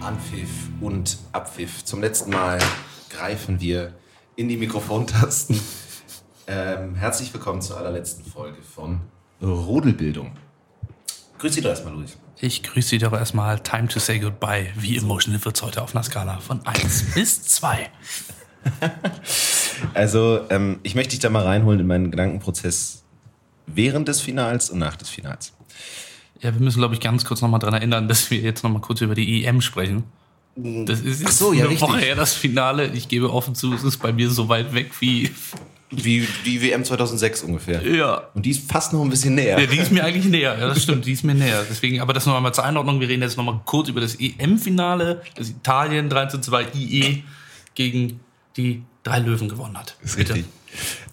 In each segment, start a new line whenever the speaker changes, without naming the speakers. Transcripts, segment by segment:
Anpfiff und Abpfiff. Zum letzten Mal greifen wir in die Mikrofontasten. Ähm, herzlich willkommen zur allerletzten Folge von Rodelbildung. Grüß dich doch erstmal, Luis.
Ich grüße Sie doch erstmal. Time to say goodbye. Wie emotional wird es heute auf einer Skala von 1 bis 2?
Also, ähm, ich möchte dich da mal reinholen in meinen Gedankenprozess während des Finals und nach des Finals.
Ja, wir müssen, glaube ich, ganz kurz nochmal dran erinnern, dass wir jetzt nochmal kurz über die EM sprechen. Das ist jetzt
Mhm. so, ja,
eine
richtig.
Woche her, das Finale. Ich gebe offen zu, es ist bei mir so weit weg wie.
Wie die WM 2006 ungefähr.
Ja.
Und die ist fast noch ein bisschen näher.
Ja, die ist mir eigentlich näher. Ja, das stimmt, die ist mir näher. Deswegen, aber das noch einmal zur Einordnung. Wir reden jetzt nochmal kurz über das EM-Finale, das Italien 3 zu 2 IE gegen die drei Löwen gewonnen hat.
Ist richtig.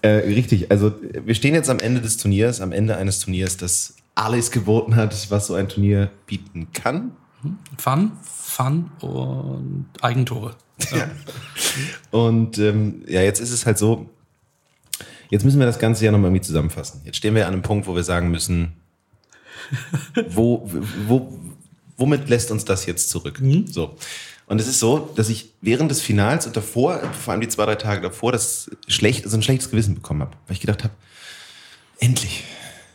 Äh, richtig, also äh, wir stehen jetzt am Ende des Turniers, am Ende eines Turniers, das alles geboten hat, was so ein Turnier bieten kann.
Fun, Fun und Eigentore.
Und ähm, ja, jetzt ist es halt so, jetzt müssen wir das Ganze ja nochmal irgendwie zusammenfassen. Jetzt stehen wir an einem Punkt, wo wir sagen müssen, wo, wo, womit lässt uns das jetzt zurück? So. Und es ist so, dass ich während des Finals und davor, vor allem die zwei, drei Tage davor, das schlecht, so ein schlechtes Gewissen bekommen habe, weil ich gedacht habe, endlich,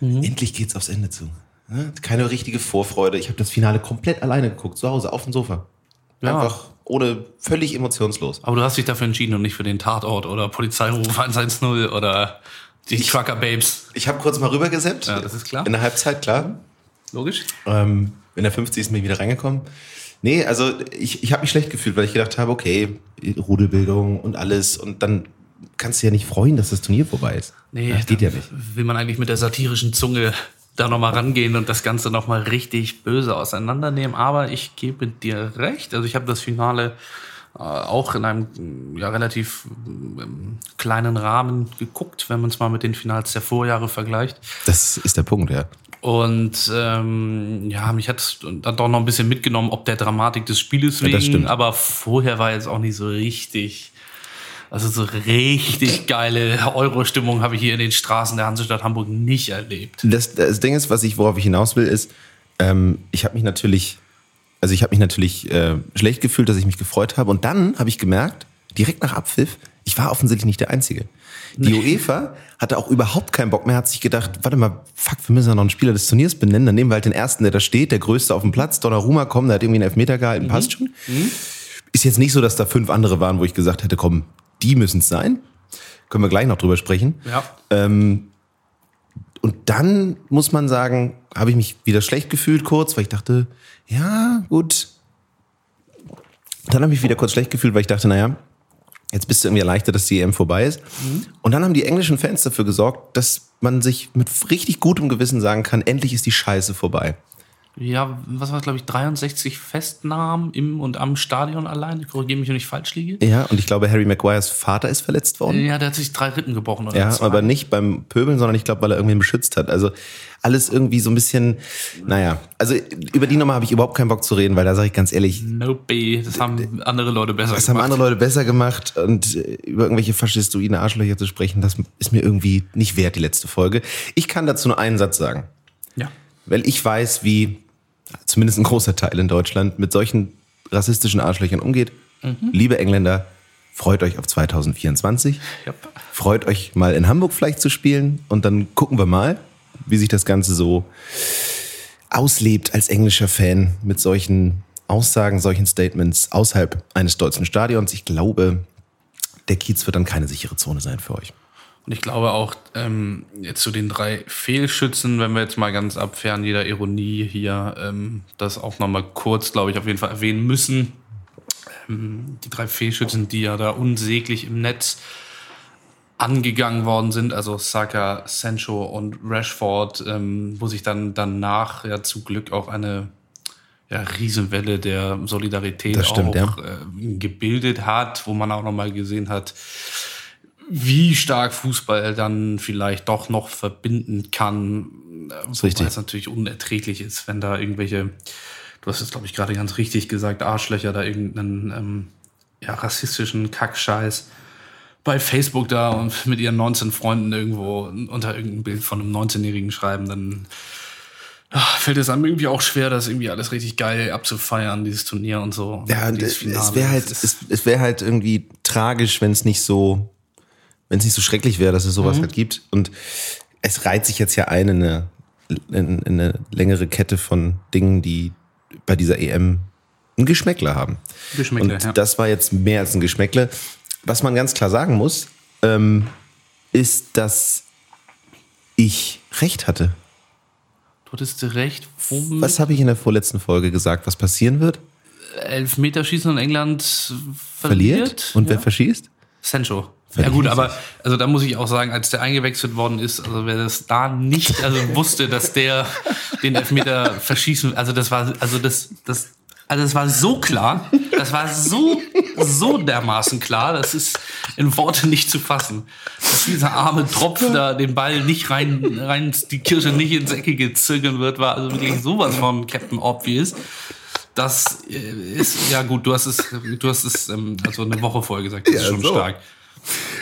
endlich geht's aufs Ende zu. Ne? Keine richtige Vorfreude. Ich habe das Finale komplett alleine geguckt, zu Hause, auf dem Sofa.
Ja.
Einfach ohne, völlig emotionslos.
Aber du hast dich dafür entschieden und nicht für den Tatort oder Polizeiruf 110 oder die Cracker Babes.
Ich habe kurz mal rübergeseppt.
Ja, das ist klar.
In der Halbzeit, klar.
Logisch?
Ähm, in der 50 ist mir wieder reingekommen. Nee, also ich, ich habe mich schlecht gefühlt, weil ich gedacht habe, okay, Rudelbildung und alles. Und dann kannst du ja nicht freuen, dass das Turnier vorbei ist. das geht ja nicht.
Will man eigentlich mit der satirischen Zunge da nochmal rangehen und das Ganze nochmal richtig böse auseinandernehmen. Aber ich gebe dir recht. Also ich habe das Finale äh, auch in einem mh, ja, relativ ähm, kleinen Rahmen geguckt, wenn man es mal mit den Finals der Vorjahre vergleicht.
Das ist der Punkt, ja.
Und ähm, ja, mich hat dann doch noch ein bisschen mitgenommen, ob der Dramatik des Spieles
das
wegen.
stimmt.
aber vorher war jetzt auch nicht so richtig. Also so richtig geile Euro-Stimmung habe ich hier in den Straßen der Hansestadt Hamburg nicht erlebt.
Das, das Ding ist, was ich, worauf ich hinaus will, ist, ähm, ich habe mich natürlich, also ich habe mich natürlich äh, schlecht gefühlt, dass ich mich gefreut habe. Und dann habe ich gemerkt, direkt nach Abpfiff, ich war offensichtlich nicht der Einzige. Die UEFA hatte auch überhaupt keinen Bock mehr, hat sich gedacht, warte mal, fuck, wir müssen ja noch einen Spieler des Turniers benennen, dann nehmen wir halt den ersten, der da steht, der größte auf dem Platz, Donnarumma, komm, der hat irgendwie einen Elfmeter gehalten, passt schon. Ist jetzt nicht so, dass da fünf andere waren, wo ich gesagt hätte, komm, die müssen es sein. Können wir gleich noch drüber sprechen.
Ja.
Und dann muss man sagen, habe ich mich wieder schlecht gefühlt kurz, weil ich dachte, ja, gut. Dann habe ich mich wieder kurz schlecht gefühlt, weil ich dachte, naja, jetzt bist du irgendwie erleichtert, dass die EM vorbei ist. Und dann haben die englischen Fans dafür gesorgt, dass man sich mit richtig gutem Gewissen sagen kann, endlich ist die Scheiße vorbei.
Ja, was war es, glaube ich, 63 Festnahmen im und am Stadion allein. Ich korrigiere mich, wenn ich falsch liege.
Ja, und ich glaube, Harry Maguires Vater ist verletzt worden.
Ja, der hat sich drei Rippen gebrochen. Oder
Ja,
zwei.
aber nicht beim Pöbeln, sondern ich glaube, weil er irgendwen beschützt hat. Also alles irgendwie so ein bisschen, naja. Also über die Nummer habe ich überhaupt keinen Bock zu reden, weil da sage ich ganz ehrlich,
Nope, das haben andere Leute besser
Das haben
gemacht.
andere Leute besser gemacht und äh, über irgendwelche faschistoiden Arschlöcher zu sprechen, das ist mir irgendwie nicht wert, die letzte Folge. Ich kann dazu nur einen Satz sagen,
Ja.
weil ich weiß, wie zumindest ein großer Teil in Deutschland mit solchen rassistischen Arschlöchern umgeht. Liebe Engländer, freut euch auf 2024.
Yep.
Freut euch mal in Hamburg vielleicht zu spielen und dann gucken wir mal, wie sich das Ganze so auslebt als englischer Fan mit solchen Aussagen, solchen Statements außerhalb eines deutschen Stadions. Ich glaube, der Kiez wird dann keine sichere Zone sein für euch.
Und ich glaube auch ähm, jetzt zu den drei Fehlschützen, wenn wir jetzt mal ganz abfern jeder Ironie hier, ähm, das auch nochmal kurz, glaube ich, auf jeden Fall erwähnen müssen. Ähm, die drei Fehlschützen, die ja da unsäglich im Netz angegangen worden sind, also Saka, Sancho und Rashford, ähm, wo sich dann danach ja zu Glück auch eine ja, Riesenwelle der Solidarität
Das stimmt,
auch äh, gebildet hat, wo man auch nochmal gesehen hat, wie stark Fußball dann vielleicht doch noch verbinden kann. Ist
richtig.
Weil es natürlich unerträglich ist, wenn da irgendwelche, du hast es, glaube ich, gerade ganz richtig gesagt, Arschlöcher da irgendeinen ähm, ja, rassistischen Kackscheiß bei Facebook da und mit ihren 19 Freunden irgendwo unter irgendein Bild von einem 19-Jährigen schreiben, dann ah, fällt es einem irgendwie auch schwer, das irgendwie alles richtig geil abzufeiern, dieses Turnier und so.
Ja, und
dieses
es,
Finale.
es wäre halt,
Das
es, es wär halt irgendwie tragisch, wenn es nicht so, wenn es nicht so schrecklich wäre, dass es sowas halt gibt. Und es reiht sich jetzt ja ein in eine, in, in eine längere Kette von Dingen, die bei dieser EM ein Geschmäckler haben.
ist Geschmäckle,
und
ja.
das war jetzt mehr als ein Geschmäckle. Was man ganz klar sagen muss, ähm, ist, dass ich recht hatte.
du hattest recht, um
Was habe ich in der vorletzten Folge gesagt, was passieren wird?
Elfmeterschießen in England
Verliert?
verliert.
Und
ja.
wer verschießt?
Sancho. Ja
Verliert
gut,
es.
aber also da muss ich auch sagen, als der eingewechselt worden ist, also wer das da nicht also wusste, dass der den Elfmeter verschießen, also das war also das das also das war so klar, das war so so dermaßen klar, das ist in Worte nicht zu fassen. Dass dieser arme Tropf da den Ball nicht rein rein die Kirsche nicht ins Eckige zirkeln wird, war also wirklich sowas von Captain Obvious. Das äh, ist ja gut, du hast es du hast es ähm, also eine Woche vorher gesagt, das ist
Ja,
schon
so.
stark.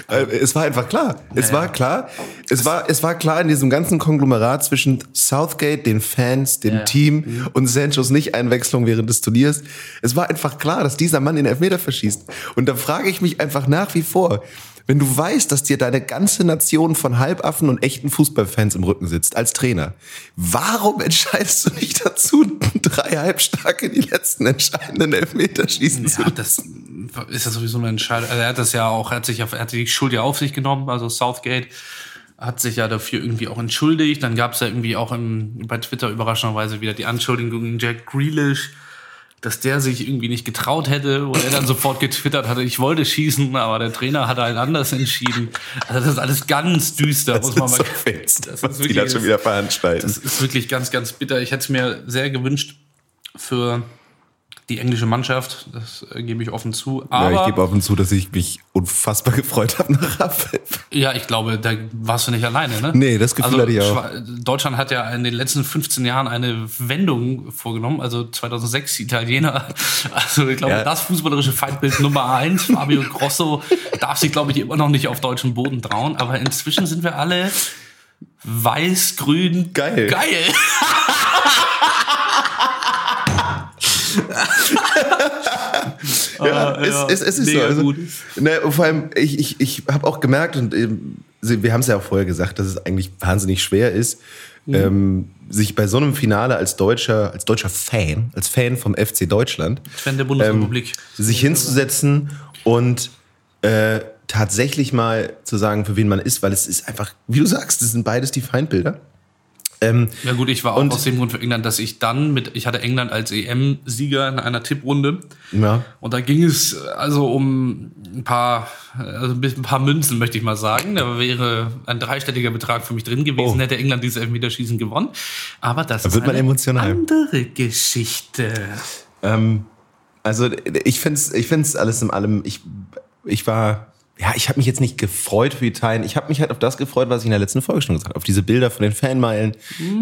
Äh, Es war einfach klar. Es war klar. Es war, es war klar in diesem ganzen Konglomerat zwischen Southgate, den Fans, dem
Ja. Mhm.
Team und Sanchos Nicht-Einwechslung während des Turniers. Es war einfach klar, dass dieser Mann den Elfmeter verschießt. Und da frage ich mich einfach nach wie vor, wenn du weißt, dass dir deine ganze Nation von Halbaffen und echten Fußballfans im Rücken sitzt, als Trainer, warum entscheidest du nicht dazu, drei Halbstarke die letzten entscheidenden Elfmeter schießen zu
Ja, das äh, ist ja sowieso eine Entscheidung. Also er hat das ja auch, er hat sich ja, er hat die Schuld ja auf sich genommen, also Southgate hat sich ja dafür irgendwie auch entschuldigt. Dann gab es ja irgendwie auch im, bei Twitter überraschenderweise wieder die Anschuldigung gegen Jack Grealish, dass der sich irgendwie nicht getraut hätte, wo er dann sofort getwittert hatte, ich wollte schießen, aber der Trainer hat halt anders entschieden. Also das ist alles ganz düster, muss man mal
fest,
ist
was die
wirklich-
da schon wieder veranstalten.
das ist wirklich ganz, ganz bitter. Ich hätte es mir sehr gewünscht für die englische Mannschaft. Das äh, gebe ich offen zu. Aber
ja, ich gebe offen zu, dass ich mich unfassbar gefreut habe nach Abpfiff.
Ja, ich glaube, da warst du nicht alleine, ne?
Nee, das Gefühl hatte ich auch.
Schwa- Deutschland hat ja in den letzten 15 Jahren eine Wendung vorgenommen, also 2006 die Italiener. Also ich glaube,
Ja.
das fußballerische Feindbild Nummer eins, Fabio Grosso, darf sich, glaube ich, immer noch nicht auf deutschem Boden trauen. Aber inzwischen sind wir alle weiß-grün
Geil.
Geil.
Ja,
Ah,
es,
ja.
es, es ist
Mega
so. Also,
gut.
ne, und vor allem, ich, ich, ich habe auch gemerkt, und ähm, sie- wir haben es ja auch vorher gesagt, dass es eigentlich wahnsinnig schwer ist,
Mhm.
ähm, sich bei so einem Finale als deutscher, als deutscher Fan, als Fan vom FC Deutschland,
Fan der Bundesrepublik.
sich hinzusetzen und äh, tatsächlich mal zu sagen, für wen man ist, weil es ist einfach, wie du sagst, es sind beides die Feindbilder. Ähm,
Ja gut, ich war auch
Und-
aus dem Grund für England, dass ich dann mit, ich hatte England als EM-Sieger in einer Tipprunde.
ja.
Und da ging es äh, also um ein paar, äh, also ein bisschen- ein paar Münzen, möchte ich mal sagen. Da wäre ein dreistelliger Betrag für mich drin gewesen,
Oh.
hätte England dieses Elfmeterschießen gewonnen. Aber das
wird man emotional.
andere Geschichte.
Ähm, also ich finde es ich find's alles in allem, ich, ich war, ja, ich habe mich jetzt nicht gefreut für Italien. Ich habe mich halt auf das gefreut, was ich in der letzten Folge schon gesagt habe. Auf diese Bilder von den Fanmeilen,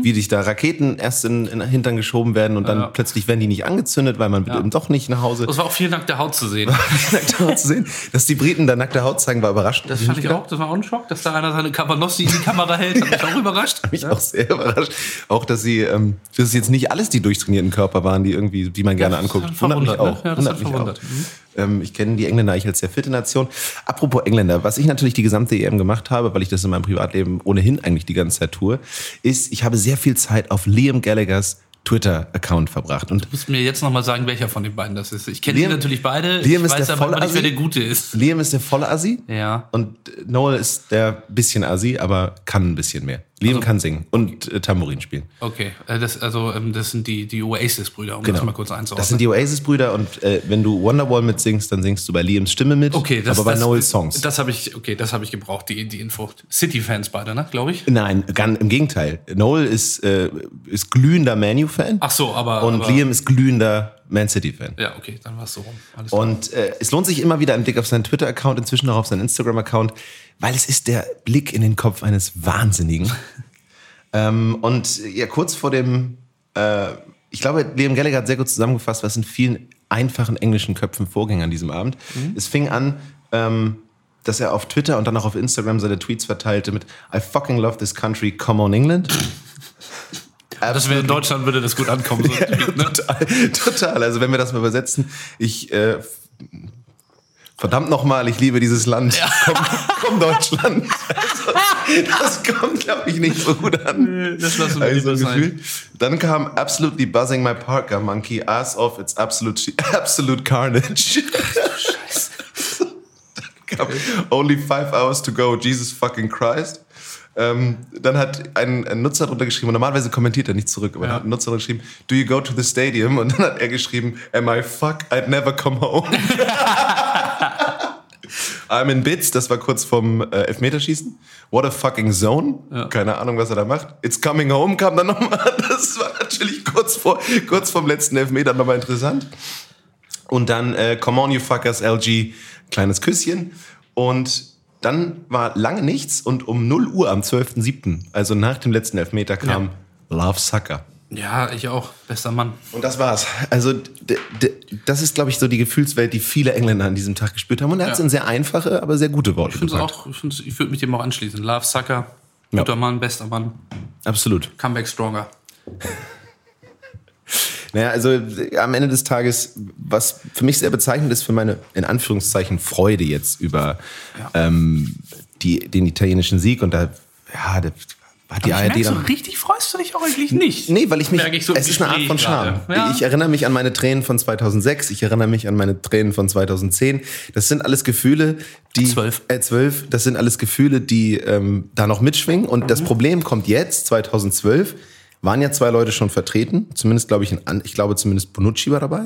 wie dich da Raketen erst in, in den Hintern geschoben werden und dann
Mhm. Ja.
plötzlich werden die nicht angezündet, weil man will eben doch nicht nach Hause
Das war auch viel nackte Haut zu sehen.
nackte Haut zu sehen. Dass die Briten da nackte Haut zeigen, war überraschend.
Das fand ich auch, das war auch ein Schock, dass da einer seine Kabanossi in die Kamera hält. Hat mich auch überrascht.
mich auch sehr überrascht. Auch, dass sie, ähm, dass es jetzt nicht alles die durchtrainierten Körper waren, die irgendwie, die man gerne
das
anguckt.
hat
Wundert mich
verwundert,
auch.
ne? Ja, das
Wundert
hat
mich
verwundert.
auch. Ähm, ich kenne die Engländer eigentlich als sehr fitte Nation. Apropos Engländer, was ich natürlich die gesamte EM gemacht habe, weil ich das in meinem Privatleben ohnehin eigentlich die ganze Zeit tue, ist, ich habe sehr viel Zeit auf Liam Gallaghers Twitter-Account verbracht. Und
Du musst mir jetzt nochmal sagen, welcher von den beiden das ist. Ich kenne die
Liam-
natürlich beide.
Liam
ich
ist
weiß
der
aber immer nicht,
Vollassi.
wer der Gute ist.
Liam ist der volle Assi
Ja.
und Noel ist der bisschen Assi, aber kann ein bisschen mehr. Liam
Also
kann singen und äh, Tambourin spielen.
Okay, äh, das, also ähm, das sind die, die Oasis-Brüder, um das mal kurz einzuordnen.
Genau. Das sind die Oasis-Brüder und äh, wenn du Wonderwall mitsingst, dann singst du bei Liams Stimme mit,
okay, das,
aber bei
das,
Noels Songs.
Das habe ich, okay, das habe ich gebraucht, die, die Info. City-Fans beide, ne, glaube ich.
Nein, ganz im Gegenteil. Noel ist, äh, ist glühender Manu-Fan
Ach so, aber.
und
aber,
Liam ist glühender Man City-Fan.
Ja, okay, dann war es so rum. Alles klar.
Und äh, es lohnt sich immer wieder ein Blick auf seinen Twitter-Account, inzwischen auch auf seinen Instagram-Account, weil es ist der Blick in den Kopf eines Wahnsinnigen. ähm, und äh, ja, kurz vor dem, äh, ich glaube, Liam Gallagher hat sehr gut zusammengefasst, was in vielen einfachen englischen Köpfen vorging an diesem Abend.
Mhm.
Es fing an, ähm, dass er auf Twitter und dann auch auf Instagram seine Tweets verteilte mit I fucking love this country, come on England.
Das wäre in Deutschland würde das gut ankommen. So ein Tweet, ne?
total, total. Also wenn wir das mal übersetzen, ich äh, verdammt nochmal, ich liebe dieses Land. Komm, komm Deutschland. Also, das kommt, glaube ich, nicht so gut an.
Das lassen wir
Also,
lieber sein.
Gefühl. Dann kam Absolutely Buzzing My Parker Monkey Ass Off, It's Absolute, absolute Carnage. Dann kam Only Five Hours to Go, Jesus fucking Christ. Ähm, dann hat ein, ein Nutzer drunter geschrieben, und normalerweise kommentiert er nicht zurück, aber dann hat ein Nutzer drunter geschrieben, Do you go to the stadium? Und dann hat er geschrieben, Am I fuck? I'd never come home. I'm in Bits, das war kurz vom äh, Elfmeterschießen. What a fucking zone. Keine Ahnung, was er da macht. It's coming home kam dann nochmal. Das war natürlich kurz, vor, kurz vom letzten Elfmeter nochmal interessant. Und dann äh, Come on, you fuckers, LG, kleines Küsschen. Und dann war lange nichts und um 0 Uhr am 12.07., also nach dem letzten Elfmeter, kam Love Sucker.
Ja, ich auch. Bester Mann.
Und das war's. Also, d- d- das ist, glaube ich, so die Gefühlswelt, die viele Engländer an diesem Tag gespürt haben. Und er hat es
Ja.
in sehr einfache, aber sehr gute Worte
Ich, find's
gepackt.
auch, ich, find's- ich würde mich dem auch anschließen. Love, Sucker,
Ja.
guter Mann, bester Mann,
Absolut.
Comeback Stronger.
Naja, also äh, am Ende des Tages, was für mich sehr bezeichnend ist für meine, in Anführungszeichen, Freude jetzt über ähm, die, den italienischen Sieg und da, ja, da hat die
Ich
ARD
merk so
dann.
richtig freust du dich auch eigentlich nicht.
Nee, weil ich mich.
Merk ich so im
es ist eine Art
Gespräch
von Scham.
gerade. Ja.
Ich erinnere mich an meine Tränen von 2006. Ich erinnere mich an meine Tränen von 2010. Das sind alles Gefühle, die.
Zwölf.
Äh, zwölf. Das sind alles Gefühle, die ähm, da noch mitschwingen. Und das Problem kommt jetzt, 2012. Waren ja zwei Leute schon vertreten. Zumindest, glaube ich, in, An- ich glaube, zumindest Bonucci war dabei.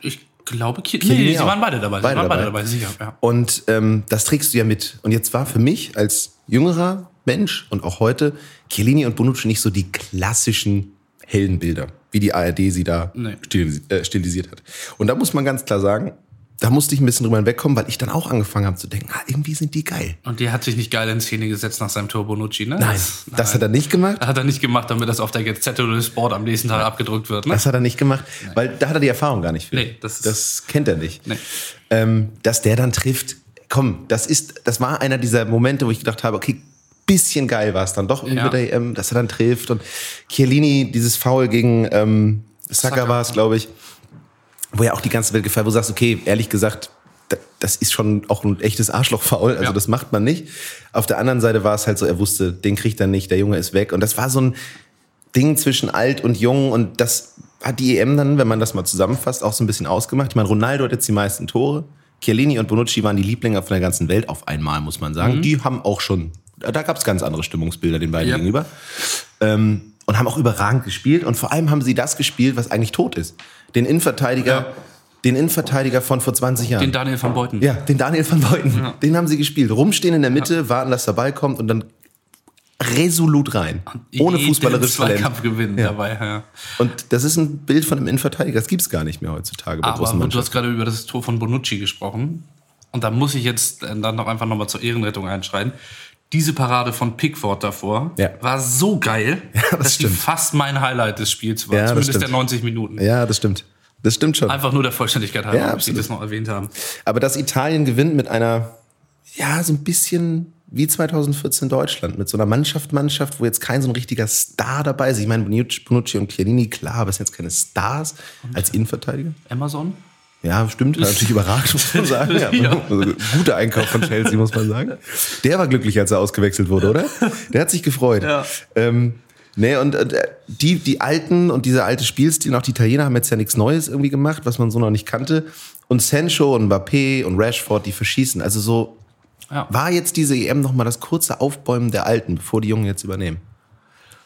Ich glaube, Ki
Kiel
nee,
mir
sie
auch.
waren beide dabei.
Beide
sie waren beide
dabei.
dabei, sicher. Ja.
Und ähm, das trägst du ja mit. Und jetzt war für mich als jüngerer Mensch und auch heute Chiellini und Bonucci nicht so die klassischen Heldenbilder, wie die ARD sie da
Nee.
stilisi- äh, stilisiert hat. Und da muss man ganz klar sagen, da musste ich ein bisschen drüber hinwegkommen, weil ich dann auch angefangen habe zu denken, ah, irgendwie sind die geil.
Und der hat sich nicht geil in Szene gesetzt nach seinem Tor Bonucci, ne?
Nein, das hat er nicht gemacht.
Hat er nicht gemacht, damit das auf der Gazette oder Sport am nächsten Tag abgedruckt wird, ne?
Das hat er nicht gemacht, weil da hat er die Erfahrung gar nicht für.
Nee, das ist-
das kennt er nicht.
Nee.
ähm, dass der dann trifft. Komm, das ist, das war einer dieser Momente, wo ich gedacht habe, okay, bisschen geil war es dann doch
Ja.
mit der EM, dass er dann trifft und Chiellini, dieses Foul gegen ähm, Saka
Saka.
war es, glaube ich, wo ja auch die ganze Welt gefallen, wo du sagst, okay, ehrlich gesagt, da- das ist schon auch ein echtes Arschloch-Foul, also
Ja.
das macht man nicht. Auf der anderen Seite war es halt so, er wusste, den kriegt er nicht, der Junge ist weg und das war so ein Ding zwischen alt und jung und das hat die EM dann, wenn man das mal zusammenfasst, auch so ein bisschen ausgemacht. Ich meine, Ronaldo hat jetzt die meisten Tore. Chiellini und Bonucci waren die Lieblinge von der ganzen Welt auf einmal, muss man sagen. Die haben auch schon, da gab es ganz andere Stimmungsbilder den beiden
Mhm. Ja.
gegenüber. Ähm, und haben auch überragend gespielt und vor allem haben sie das gespielt, was eigentlich tot ist. Den Innenverteidiger,
Ja.
den Innenverteidiger von vor 20 Jahren.
Den Daniel van Beuten.
Ja, den Daniel van Beuten. Den haben sie gespielt. Rumstehen in der Mitte, warten, dass der Ball kommt und dann resolut rein. Ohne
Jeden
fußballerisches Talent.
Zweikampf gewinnen dabei, ja.
Und das ist ein Bild von einem Innenverteidiger. Das gibt's gar nicht mehr heutzutage bei
Aber
großen
du
Mannschaften.
hast gerade über das Tor von Bonucci gesprochen. Und da muss ich jetzt äh, dann noch einfach nochmal zur Ehrenrettung einschreiten. Diese Parade von Pickford davor
Ja.
war so geil,
das
dass die
stimmt.
fast mein Highlight des Spiels war.
Ja, das
zumindest der
stimmt.
90 Minuten.
Ja, das stimmt. Das stimmt schon.
Einfach nur der Vollständigkeit halber,
Ja,
ob Sie
absolut.
das noch erwähnt haben.
Aber dass Italien gewinnt mit einer, ja, so ein bisschen wie 2014 Deutschland, mit so einer Mannschaft, Mannschaft, wo jetzt kein so ein richtiger Star dabei ist. Ich meine, Bonucci Bonucci und Chiellini, klar, aber es sind jetzt keine Stars als Innenverteidiger.
Amazon?
Ja, stimmt. Hat Natürlich überragt, muss man sagen. Ja.
Ja.
Also, guter Einkauf von Chelsea, muss man sagen. Der war glücklich, als er ausgewechselt wurde, oder? Der hat sich gefreut.
Ja.
Ähm, nee, und, und äh, die, die alten und dieser alte Spielstil, und auch die Italiener haben jetzt ja nichts Neues irgendwie gemacht, was man so noch nicht kannte. Und Sancho und Mbappé und Rashford, die verschießen. Also so
Ja.
E war jetzt diese EM nochmal das kurze Aufbäumen der Alten, bevor die Jungen jetzt übernehmen.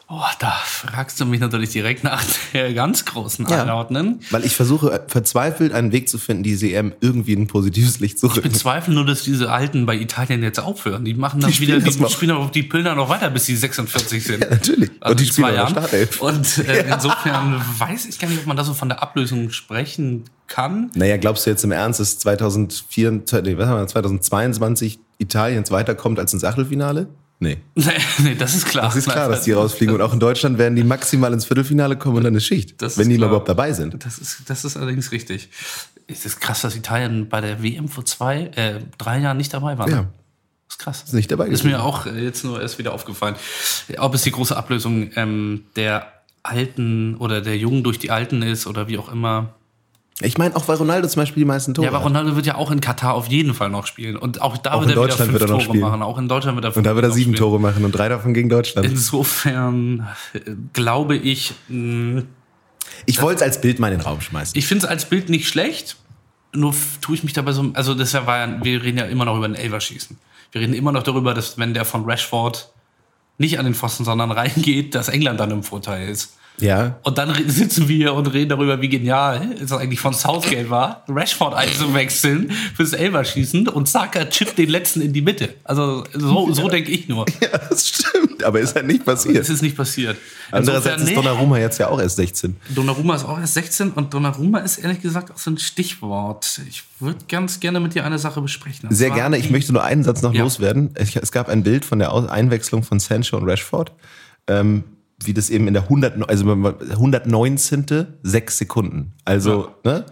Oh, da fragst du mich natürlich direkt nach der ganz großen
Ja.
Einordnen.
Weil ich versuche äh, verzweifelt einen Weg zu finden, die EM irgendwie in ein positives Licht zu
Ich
rücken.
bezweifle nur, dass diese Alten bei Italien jetzt aufhören. Die machen dann
Die
wieder,
spielen
die
das mal.
spielen auch die Pillen noch weiter, bis sie 46 sind.
Natürlich.
Also
Und die
in zwei
spielen auch in der
Jahren.
Startelf.
Und äh, insofern weiß ich gar nicht, ob man da so von der Ablösung sprechen kann.
Naja, glaubst du jetzt im Ernst, dass 2004, nee, was haben wir, 2022 Italiens weiterkommt als ins Achtelfinale? Nee.
Nee, nee das ist klar.
Es ist klar, dass die rausfliegen. Und auch in Deutschland werden die maximal ins Viertelfinale kommen und dann ist Schicht.
Das ist
wenn die
klar.
überhaupt dabei sind.
Das ist, das ist allerdings richtig. Es ist krass, dass Italien bei der WM vor zwei, äh, drei Jahren nicht dabei war. ne?
Ja.
Ist krass.
Ist nicht dabei
Ist
gewesen.
mir auch äh, jetzt nur erst wieder aufgefallen. Ob es die große Ablösung ähm, der Alten oder der Jungen durch die Alten ist oder wie auch immer.
Ich meine, auch weil Ronaldo zum Beispiel die meisten Tore
Ja, aber
hat.
Ronaldo wird ja auch in Katar auf jeden Fall noch spielen. Und auch da
Oh. Auch in
wird er wieder
Deutschland
fünf
wird er noch
Tore
spielen.
machen. Auch in Deutschland wird er fünf
Und da wird er
noch
sieben
spielen.
Tore machen und drei davon gegen Deutschland.
Insofern äh, glaube ich, mh,
Ich wollte es als Bild mal in den Raum schmeißen.
ich finde es als Bild nicht schlecht. Nur f- tue ich mich dabei so. Also, das war ja, wir reden ja immer noch über den Elverschießen. Wir reden immer noch darüber, dass wenn der von Rashford nicht an den Pfosten, sondern reingeht, dass England dann im Vorteil ist.
Ja.
Und dann re- sitzen wir und reden darüber, wie genial es eigentlich von Southgate war, Rashford einzuwechseln fürs Elverschießen und Saka chippt den letzten in die Mitte. Also so, so denke ich nur.
Ja, das stimmt. Aber ist halt nicht
Es
passiert.
ist nicht passiert.
Andererseits ist
nee,
Donnarumma jetzt ja auch erst 16.
Donnarumma ist auch erst 16 und Donnarumma ist ehrlich gesagt auch so ein Stichwort. Ich würde ganz gerne mit dir eine Sache besprechen. Und
Sehr
zwar-
gerne. Ich möchte nur einen Satz noch
Ja.
loswerden. Ich, es gab ein Bild von der Aus Einwechslung von Sancho und Rashford, ähm, wie das eben in der 100, also 119. sechs Sekunden. Also, ne?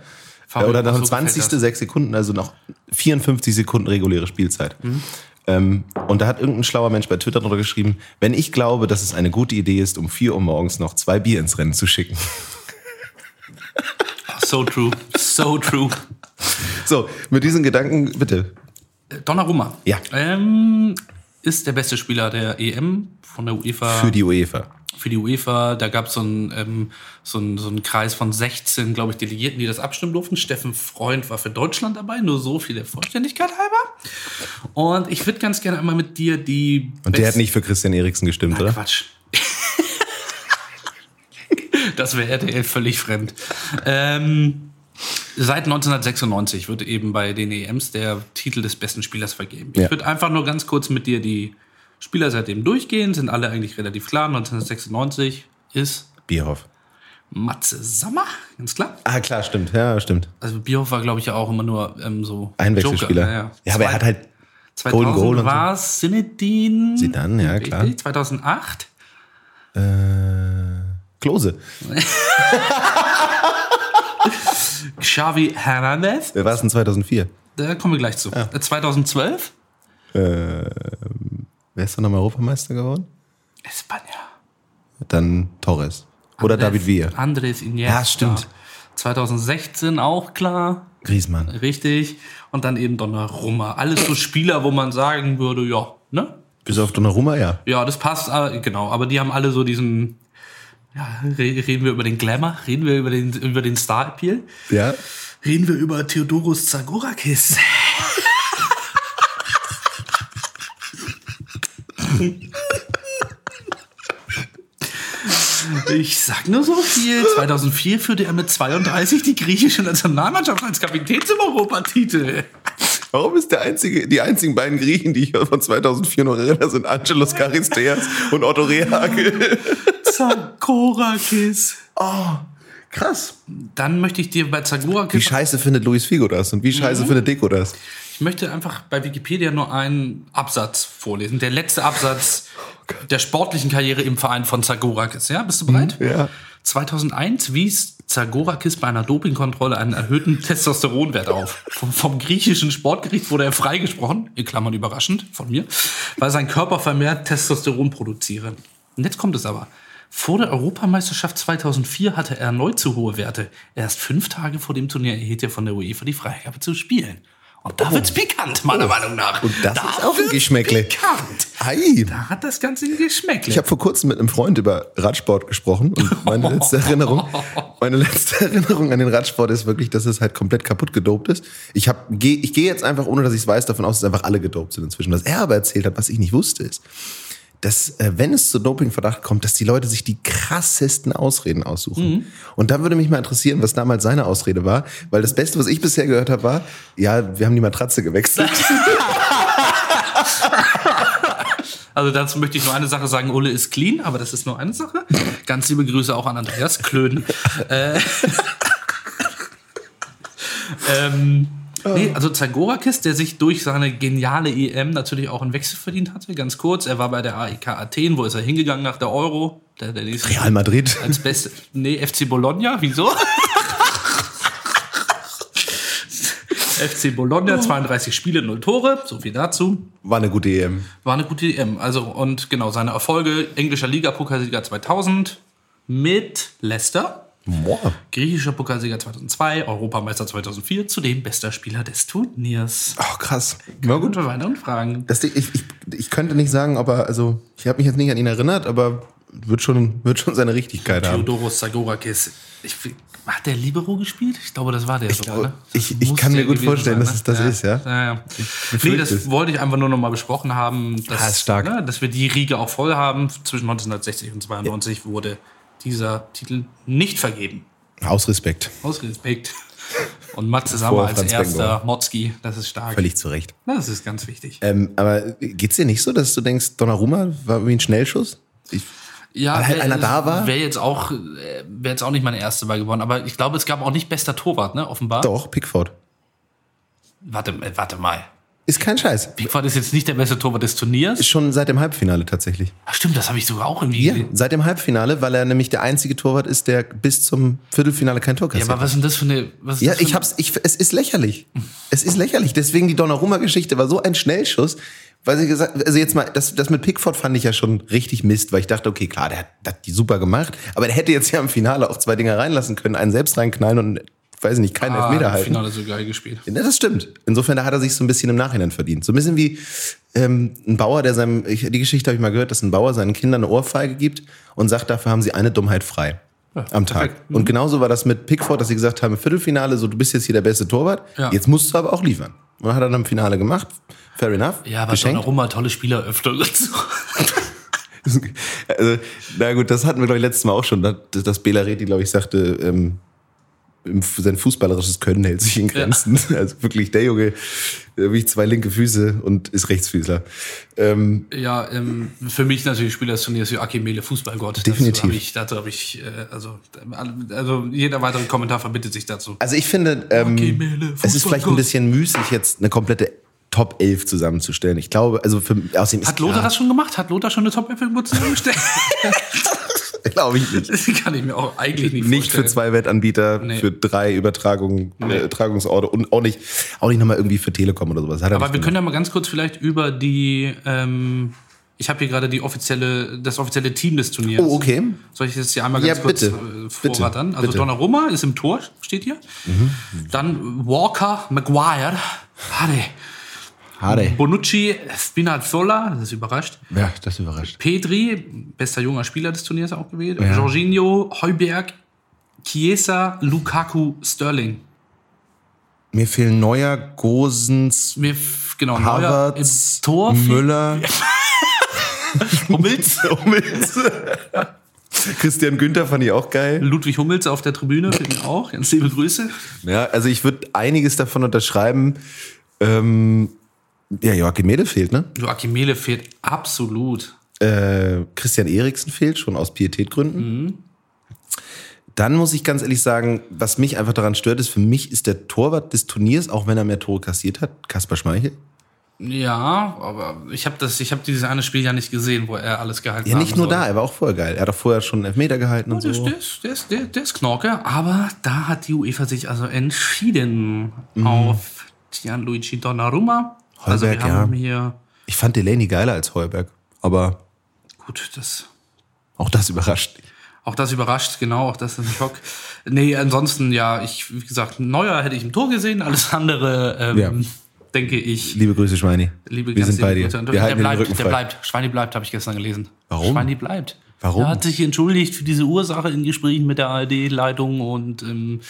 Fabian,
Oder nach
auch
dem
so
20.
gefällt das.
sechs Sekunden, also noch 54 Sekunden reguläre Spielzeit.
Mhm.
Ähm, und da hat irgendein schlauer Mensch bei Twitter drunter geschrieben, wenn ich glaube, dass es eine gute Idee ist, um 4 Uhr morgens noch zwei Bier ins Rennen zu schicken.
So true. So true.
So, mit diesen Gedanken, bitte.
Donnarumma.
Ja.
Ähm, ist der beste Spieler der EM von der UEFA.
Für die UEFA.
für die UEFA. Da gab es so einen ähm, so einen- so einen Kreis von 16, glaube ich, Delegierten, die das abstimmen durften. Steffen Freund war für Deutschland dabei, nur so viel der Vollständigkeit halber. Und ich würde ganz gerne einmal mit dir die.
Und der hat
besten-
nicht für Christian Eriksen gestimmt, oder?
Quatsch. das wäre RTL völlig fremd. Ähm, seit 1996 wird eben bei den EMs der Titel des besten Spielers vergeben.
Ja.
Ich würde einfach nur ganz kurz mit dir die Spieler seitdem durchgehen, sind alle eigentlich relativ klar. 1996 ist
Bierhoff.
Matze Sammer, ganz klar.
Ah, klar, stimmt. Ja, stimmt.
Also Bierhoff war, glaube ich, ja auch immer nur ähm, so
Einwechselspieler.
Joker.
Ja,
Ja,
aber er hat halt
2000
Golden Goal und so.
war es Sinedin.
Zidane, ja, klar.
2008.
halt, äh, Klose.
Xavi Hernandez.
Wer war es denn 2004?
Da kommen wir gleich zu. Äh, 2012?
Äh, Wer ist dann nochmal Europameister geworden?
Espanja.
Dann Torres. Oder David Villa.
Andres Iniesta.
Ja, stimmt.
2016 auch klar.
Griezmann.
Richtig. Und dann eben Donnarumma. Alles so Spieler, wo man sagen würde, ja, ne?
Bis auf Donnarumma, ja.
Ja, das passt, äh, genau. Aber die haben alle so diesen. Ja, re- reden wir über den Glamour, reden wir über den, über den Star-Appeal,
Ja.
reden wir über Theodoros Zagorakis. Ich sag nur so viel. 2004 führte er mit 32 die griechische Nationalmannschaft als Kapitän zum Europatitel.
Warum ist der einzige, die einzigen beiden Griechen, die ich von 2004 noch erinnere, sind Angelos Karisteas und Otto Rehagel?
Zagorakis.
Oh, krass.
Dann möchte ich dir bei
Wie
Zagorakis,
scheiße findet Luis Figo das und wie scheiße findet Deko das?
ich möchte einfach bei Wikipedia nur einen Absatz vorlesen. Der letzte Absatz der sportlichen Karriere im Verein von Zagorakis. Ja, bist du bereit?
Ja.
2001 wies Zagorakis bei einer Dopingkontrolle einen erhöhten Testosteronwert auf. Vom, vom griechischen Sportgericht wurde er freigesprochen, in Klammern überraschend von mir, weil sein Körper vermehrt Testosteron produziere. Und jetzt kommt es aber. Vor der Europameisterschaft 2004 hatte er erneut zu hohe Werte. Erst fünf Tage vor dem Turnier erhielt er von der UEFA die Freigabe zu spielen. Und da wird's pikant, meiner Meinung nach. Und
Oh. das
da
ist auch ein
wird's
Geschmäckle.
Pikant.
Ei.
Da hat das Ganze ein Geschmäckle.
Ich habe vor kurzem mit einem Freund über Radsport gesprochen und meine letzte Erinnerung, meine letzte Erinnerung an den Radsport ist wirklich, dass es halt komplett kaputt gedopt ist. Ich hab, geh, ich gehe jetzt einfach, ohne dass ich es weiß, davon aus, dass einfach alle gedopt sind inzwischen. Was er aber erzählt hat, was ich nicht wusste, ist, dass, äh, wenn es zu Dopingverdacht kommt, dass die Leute sich die krassesten Ausreden aussuchen. Und da würde mich mal interessieren, was damals seine Ausrede war, weil das Beste, was ich bisher gehört habe, war, ja, wir haben die Matratze gewechselt.
Also dazu möchte ich nur eine Sache sagen. Ole ist clean, aber das ist nur eine Sache. Ganz liebe Grüße auch an Andreas Klöden. äh, ähm, nee, also Zagorakis, der sich durch seine geniale EM natürlich auch einen Wechsel verdient hatte, ganz kurz. Er war bei der AEK Athen. Wo ist er hingegangen nach der Euro? Der, der nächste
Real Madrid.
als beste. Nee, FC Bologna, wieso? FC Bologna, 32 Spiele, 0 Tore, so viel dazu.
War eine gute E EM.
War eine gute EM. Also, und genau, seine Erfolge: englischer Liga, Pokalsieger 2000 mit Leicester,
Boah.
griechischer Pokalsieger 2002, Europameister 2004, zudem bester Spieler des Turniers.
Oh, krass. Na gut.
Und bei weiteren Fragen.
Das Ding, ich, ich, ich könnte nicht sagen, ob er, also ich habe mich jetzt nicht an ihn erinnert, aber wird schon, wird schon seine Richtigkeit haben.
Theodoros Zagorakis. Ich, hat der Libero gespielt? Ich glaube, das war der ich sogar.
glaube,
ne?
ich-
Das
ich
muss
kann mir
der
gut
gewesen
vorstellen, dass es das
ne?
ist, ja.
ja, ja. Nee,
befürchte
das
es.
wollte ich einfach nur nochmal besprochen haben, dass,
Ah, ist stark.
Ne, dass wir die Riege auch voll haben. Zwischen 1960 und 92 wurde dieser Titel nicht vergeben.
Aus Respekt.
Aus Respekt. Und Matze Sammer als
Franz
erster,
Beckenbauer.
Motzki, das ist stark.
Völlig zu Recht.
Das ist ganz wichtig.
Ähm, aber geht's dir nicht so, dass du denkst, Donnarumma war irgendwie ein Schnellschuss? Ich,
Ja,
Weil halt
wär-
einer da war?
Wäre jetzt auch, äh, wäre jetzt auch nicht meine erste Wahl geworden, aber ich glaube, es gab auch nicht bester Torwart, ne, offenbar.
doch, Pickford.
Warte, äh, warte mal.
Ist kein Scheiß.
Pickford ist jetzt nicht der beste Torwart des Turniers.
Schon seit dem Halbfinale tatsächlich.
Ach, stimmt, das habe ich sogar auch irgendwie
Ja,
gesehen.
seit dem Halbfinale, weil er nämlich der einzige Torwart ist, der bis zum Viertelfinale kein Tor
Ja,
kassiert.
aber was ist denn das für eine. Was ist
Ja,
das für
ich hab's, ich, es ist lächerlich. Es ist lächerlich. Deswegen die Donnarumma-Geschichte war so ein Schnellschuss, weil sie gesagt, also jetzt mal, das, das mit Pickford fand ich ja schon richtig Mist, weil ich dachte, okay, klar, der hat, der hat die super gemacht, aber der hätte jetzt ja im Finale auch zwei Dinger reinlassen können, einen selbst reinknallen und, weiß ich nicht, keinen
Ah,
Elfmeter
im
halten.
Finale so geil gespielt.
Ja, das stimmt. Insofern, da hat er sich so ein bisschen im Nachhinein verdient. So ein bisschen wie ähm, ein Bauer, der seinem, ich, die Geschichte habe ich mal gehört, dass ein Bauer seinen Kindern eine Ohrfeige gibt und sagt, dafür haben sie eine Dummheit frei am Tag.
perfekt. Mhm.
Und genauso war das mit Pickford, dass sie gesagt haben, im Viertelfinale, so du bist jetzt hier der beste Torwart,
Ja.
jetzt musst du aber auch liefern. Und dann hat er dann im Finale gemacht. Fair enough.
Ja, aber
Geschenkt.
Donnarumma, tolle Spieleröffnung und so.
Also, na gut, das hatten wir, glaube ich, letztes Mal auch schon, dass, dass Bela Reti, glaube ich, sagte, ähm, im- sein fußballerisches Können hält sich in Grenzen. Also wirklich, der Junge, äh, wie zwei linke Füße und ist Rechtsfüßler. Ähm,
Ja, ähm, für mich natürlich Spieler des Turniers Joachim Mele, Fußballgott.
Definitiv.
Dazu habe ich, dazu hab ich äh, also, äh, also jeder weitere Kommentar verbindet sich dazu.
also ich finde, ähm,
Okay, Mele,
es ist vielleicht ein
Fußballgott.
bisschen müßig, jetzt eine komplette Top 11 zusammenzustellen. Ich glaube, also für, außerdem ist
Hat Lothar
klar-
das schon gemacht? Hat Lothar schon eine top irgendwo zusammengestellt?
glaube ich nicht.
das kann ich mir auch eigentlich nicht,
Nicht für
vorstellen.
zwei Wettanbieter,
Nee.
für drei Übertragungen, äh, Tragungsorte und auch nicht, auch nicht nochmal irgendwie für Telekom oder sowas. Hat er
Aber
nicht
wir
gemacht.
können ja mal ganz kurz vielleicht über die, ähm, ich habe hier gerade die offizielle, das offizielle Team des Turniers.
Oh, okay.
Soll ich das hier einmal
Ja,
ganz kurz
bitte.
äh,
Bitte.
vorraten? Also
Bitte. Mhm.
Donnarumma ist im Tor, steht hier. Dann Walker, Maguire, Harry,
Hade.
Bonucci, Spinazzola, das ist überrascht.
Ja, das überrascht.
Pedri, bester junger Spieler des Turniers auch gewählt.
Ja.
Jorginho, Heuberg, Chiesa, Lukaku, Sterling.
Mir fehlen Neuer, Gosens,
Mir, f- genau, Neuer
Havertz,
im Tor,
Müller,
Hummels.
Hummels. Christian Günther fand ich auch geil.
Ludwig Hummels auf der Tribüne, für ihn auch. Ganz liebe Grüße.
Ja, also ich würde einiges davon unterschreiben. Ähm, ja, Joachim Mede fehlt, ne?
Joachim Mele fehlt absolut.
Äh, Christian Eriksen fehlt, schon aus Pietätgründen.
Mhm.
Dann muss ich ganz ehrlich sagen, was mich einfach daran stört, ist, für mich ist der Torwart des Turniers, auch wenn er mehr Tore kassiert hat, Kaspar Schmeichel.
Ja, aber ich habe das, ich habe dieses eine Spiel ja nicht gesehen, wo er alles gehalten hat.
Ja, nicht nur da, er war auch vorher geil. Er hat auch vorher schon einen Elfmeter gehalten und
Der
so.
ist, Also der, ist, der, ist, der, der ist Knorke, aber da hat die UEFA sich also entschieden
Mhm.
auf Gianluigi Donnarumma. also wir
Heuberg, ja.
haben hier,
Ich fand Delaney geiler als Heuberg, aber
gut, das,
auch das überrascht. mich.
auch das überrascht, genau, auch das ist ein Schock. Nee, ansonsten, ja, ich, wie gesagt, Neuer hätte ich im Tor gesehen, alles andere, ähm,
Ja.
denke ich,
Liebe Grüße, Schweini.
Liebe
Wir
ganz
sind bei
liebe
dir.
Grüße.
Wir halten
der
den Rücken
bleibt, der
frei.
bleibt. Schweini bleibt, habe ich gestern gelesen.
Warum?
Schweini bleibt.
Warum?
Er hat sich entschuldigt für diese Ursache in Gesprächen mit der ARD-Leitung und ähm,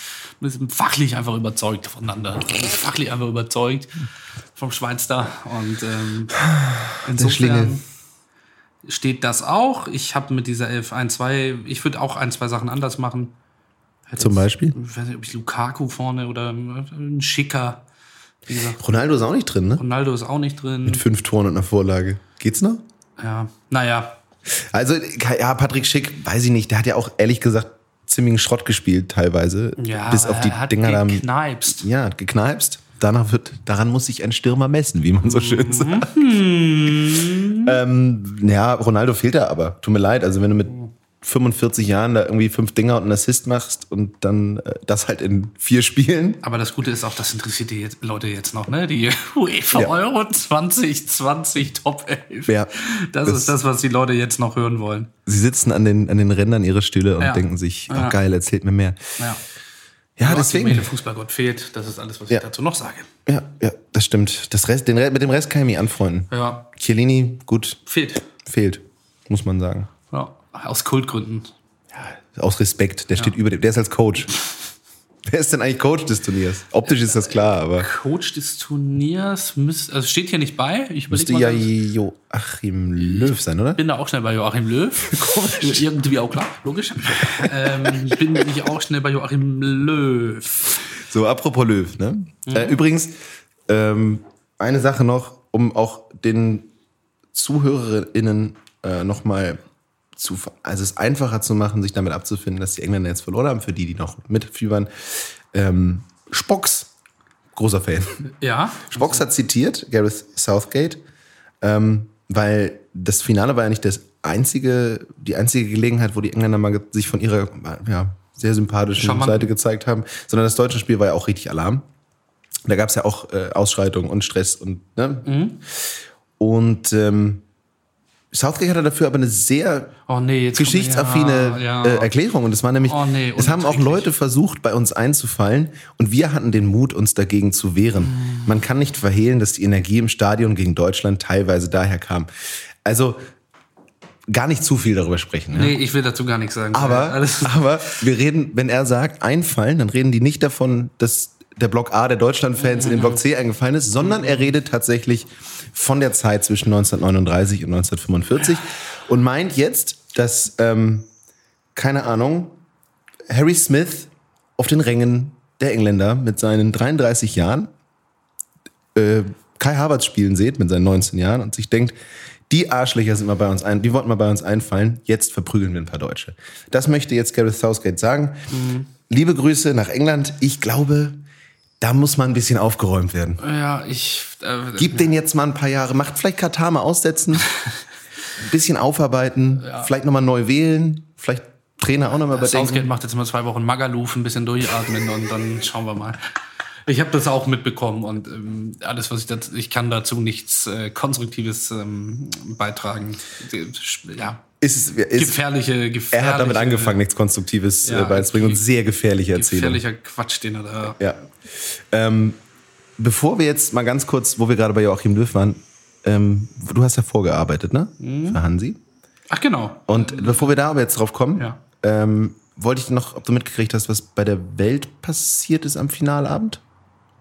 ist fachlich einfach überzeugt voneinander. Ist fachlich einfach überzeugt vom Schweinster. Und ähm,
Schlingel.
insofern steht das auch. Ich habe mit dieser 11 ein, zwei, ich würde auch ein, zwei Sachen anders machen. Hätte
Zum
jetzt-
Beispiel?
Ich weiß nicht, ob ich Lukaku vorne oder ein Schicker. Wie gesagt,
Ronaldo ist auch nicht drin, ne?
Ronaldo ist auch nicht drin.
Mit fünf Toren und einer Vorlage. Geht's noch?
Ja, naja,
Also, ja, Patrick Schick, weiß ich nicht, der hat ja auch ehrlich gesagt ziemlichen Schrott gespielt teilweise.
ja,
bis auf die
er hat
Dinger da. am-
gekneipst.
Ja, hat gekneipst. Danach wird, daran muss sich ein Stürmer messen, wie man so schön
Mhm.
sagt. ähm, ja, Ronaldo fehlt da aber. Tut mir leid. Also, wenn du mit 45 Jahren da irgendwie fünf Dinger und einen Assist machst und dann äh, das halt in vier Spielen.
Aber das Gute ist auch, das interessiert die jetzt- Leute jetzt noch, ne? Die UEFA Euro 2020 Top 11.
Ja,
das
das-
ist das, was die Leute jetzt noch hören wollen.
Sie sitzen an den, an den Rändern ihrer Stühle und
Ja.
denken sich, oh,
Ja.
geil, erzählt mir mehr.
Ja.
Ja,
Gott, mir
deswegen.
Der Fußballgott fehlt. Das ist alles, was
Ja.
ich dazu noch sage.
Ja, ja, das stimmt. Das Rest, den, Re- mit dem Rest kann ich mich anfreunden.
Ja,
Chiellini, gut,
fehlt.
fehlt, muss man sagen.
Ja. Aus Kultgründen.
Aus Respekt, der steht über dem, der ist als Coach. Wer ist denn eigentlich Coach des Turniers? Optisch ist das klar, aber
Coach des Turniers müsste, also steht hier nicht bei. Ich überleg
müsste
mal
ja
ganz-
Joachim Löw sein, oder?
bin da auch schnell bei Joachim Löw. Irgendwie auch klar, logisch. ähm, bin ich auch schnell bei Joachim Löw.
So, apropos Löw, ne? Äh, übrigens, ähm, eine Sache noch, um auch den ZuhörerInnen äh, nochmal zu, ver- also es einfacher zu machen, sich damit abzufinden, dass die Engländer jetzt verloren haben, für die, die noch mitfiebern. Ähm, Spocks, großer Fan.
Ja,
Spox hat zitiert, Gareth Southgate, ähm, weil das Finale war ja nicht das einzige, die einzige Gelegenheit, wo die Engländer mal ge- sich von ihrer ja, sehr sympathischen
Charmanten.
Seite gezeigt haben, sondern das deutsche Spiel war ja auch richtig Alarm. Da gab es ja auch äh, Ausschreitungen und Stress und ne? Und ähm, Southgate hatte dafür aber eine sehr
oh nee, jetzt kommt-
geschichtsaffine
ja, ja.
Äh, Erklärung. Und es war nämlich,
Oh nee,
es haben auch
unerträglich.
Leute versucht, bei uns einzufallen. Und wir hatten den Mut, uns dagegen zu wehren.
Hm.
Man kann nicht verhehlen, dass die Energie im Stadion gegen Deutschland teilweise daher kam. Also gar nicht zu viel darüber sprechen. Ja?
Nee, ich will dazu gar nichts sagen.
Aber,
alles
aber wir reden, wenn er sagt einfallen, dann reden die nicht davon, dass der Block A der Deutschland-Fans in den Block C eingefallen ist, sondern er redet tatsächlich von der Zeit zwischen 1939 und 1945 und meint jetzt, dass, ähm, keine Ahnung, Harry Smith auf den Rängen der Engländer mit seinen 33 Jahren äh, Kai Havertz spielen seht mit seinen 19 Jahren und sich denkt, die Arschlöcher sind mal bei uns ein, die wollten mal bei uns einfallen, jetzt verprügeln wir ein paar Deutsche. Das möchte jetzt Gareth Southgate sagen.
Mhm.
Liebe Grüße nach England. Ich glaube, da muss mal ein bisschen aufgeräumt werden.
ja, ich. Äh,
Gib den jetzt mal ein paar Jahre, macht vielleicht Katar mal aussetzen, ein bisschen aufarbeiten, vielleicht nochmal neu wählen, vielleicht Trainer auch nochmal überdenken.
Southgate macht jetzt mal zwei Wochen Magaluf, ein bisschen durchatmen und dann schauen wir mal. Ich habe das auch mitbekommen und ähm, alles, was ich dazu, ich kann dazu nichts äh, Konstruktives ähm, beitragen. Ja,
Ist, ist,
gefährliche, gefährliche.
er hat damit angefangen, nichts Konstruktives
Ja,
äh, beizubringen und
ge-
sehr gefährliche Erzählungen.
Gefährlicher Quatsch, den er da.
Ja. Ähm, bevor wir jetzt mal ganz kurz, wo wir gerade bei Joachim Löw waren, ähm, du hast ja vorgearbeitet, ne?
Mhm.
Für Hansi.
Ach genau.
Und bevor wir da aber jetzt drauf kommen,
Ja.
ähm, wollte ich noch, ob du mitgekriegt hast, was bei der Welt passiert ist am Finalabend?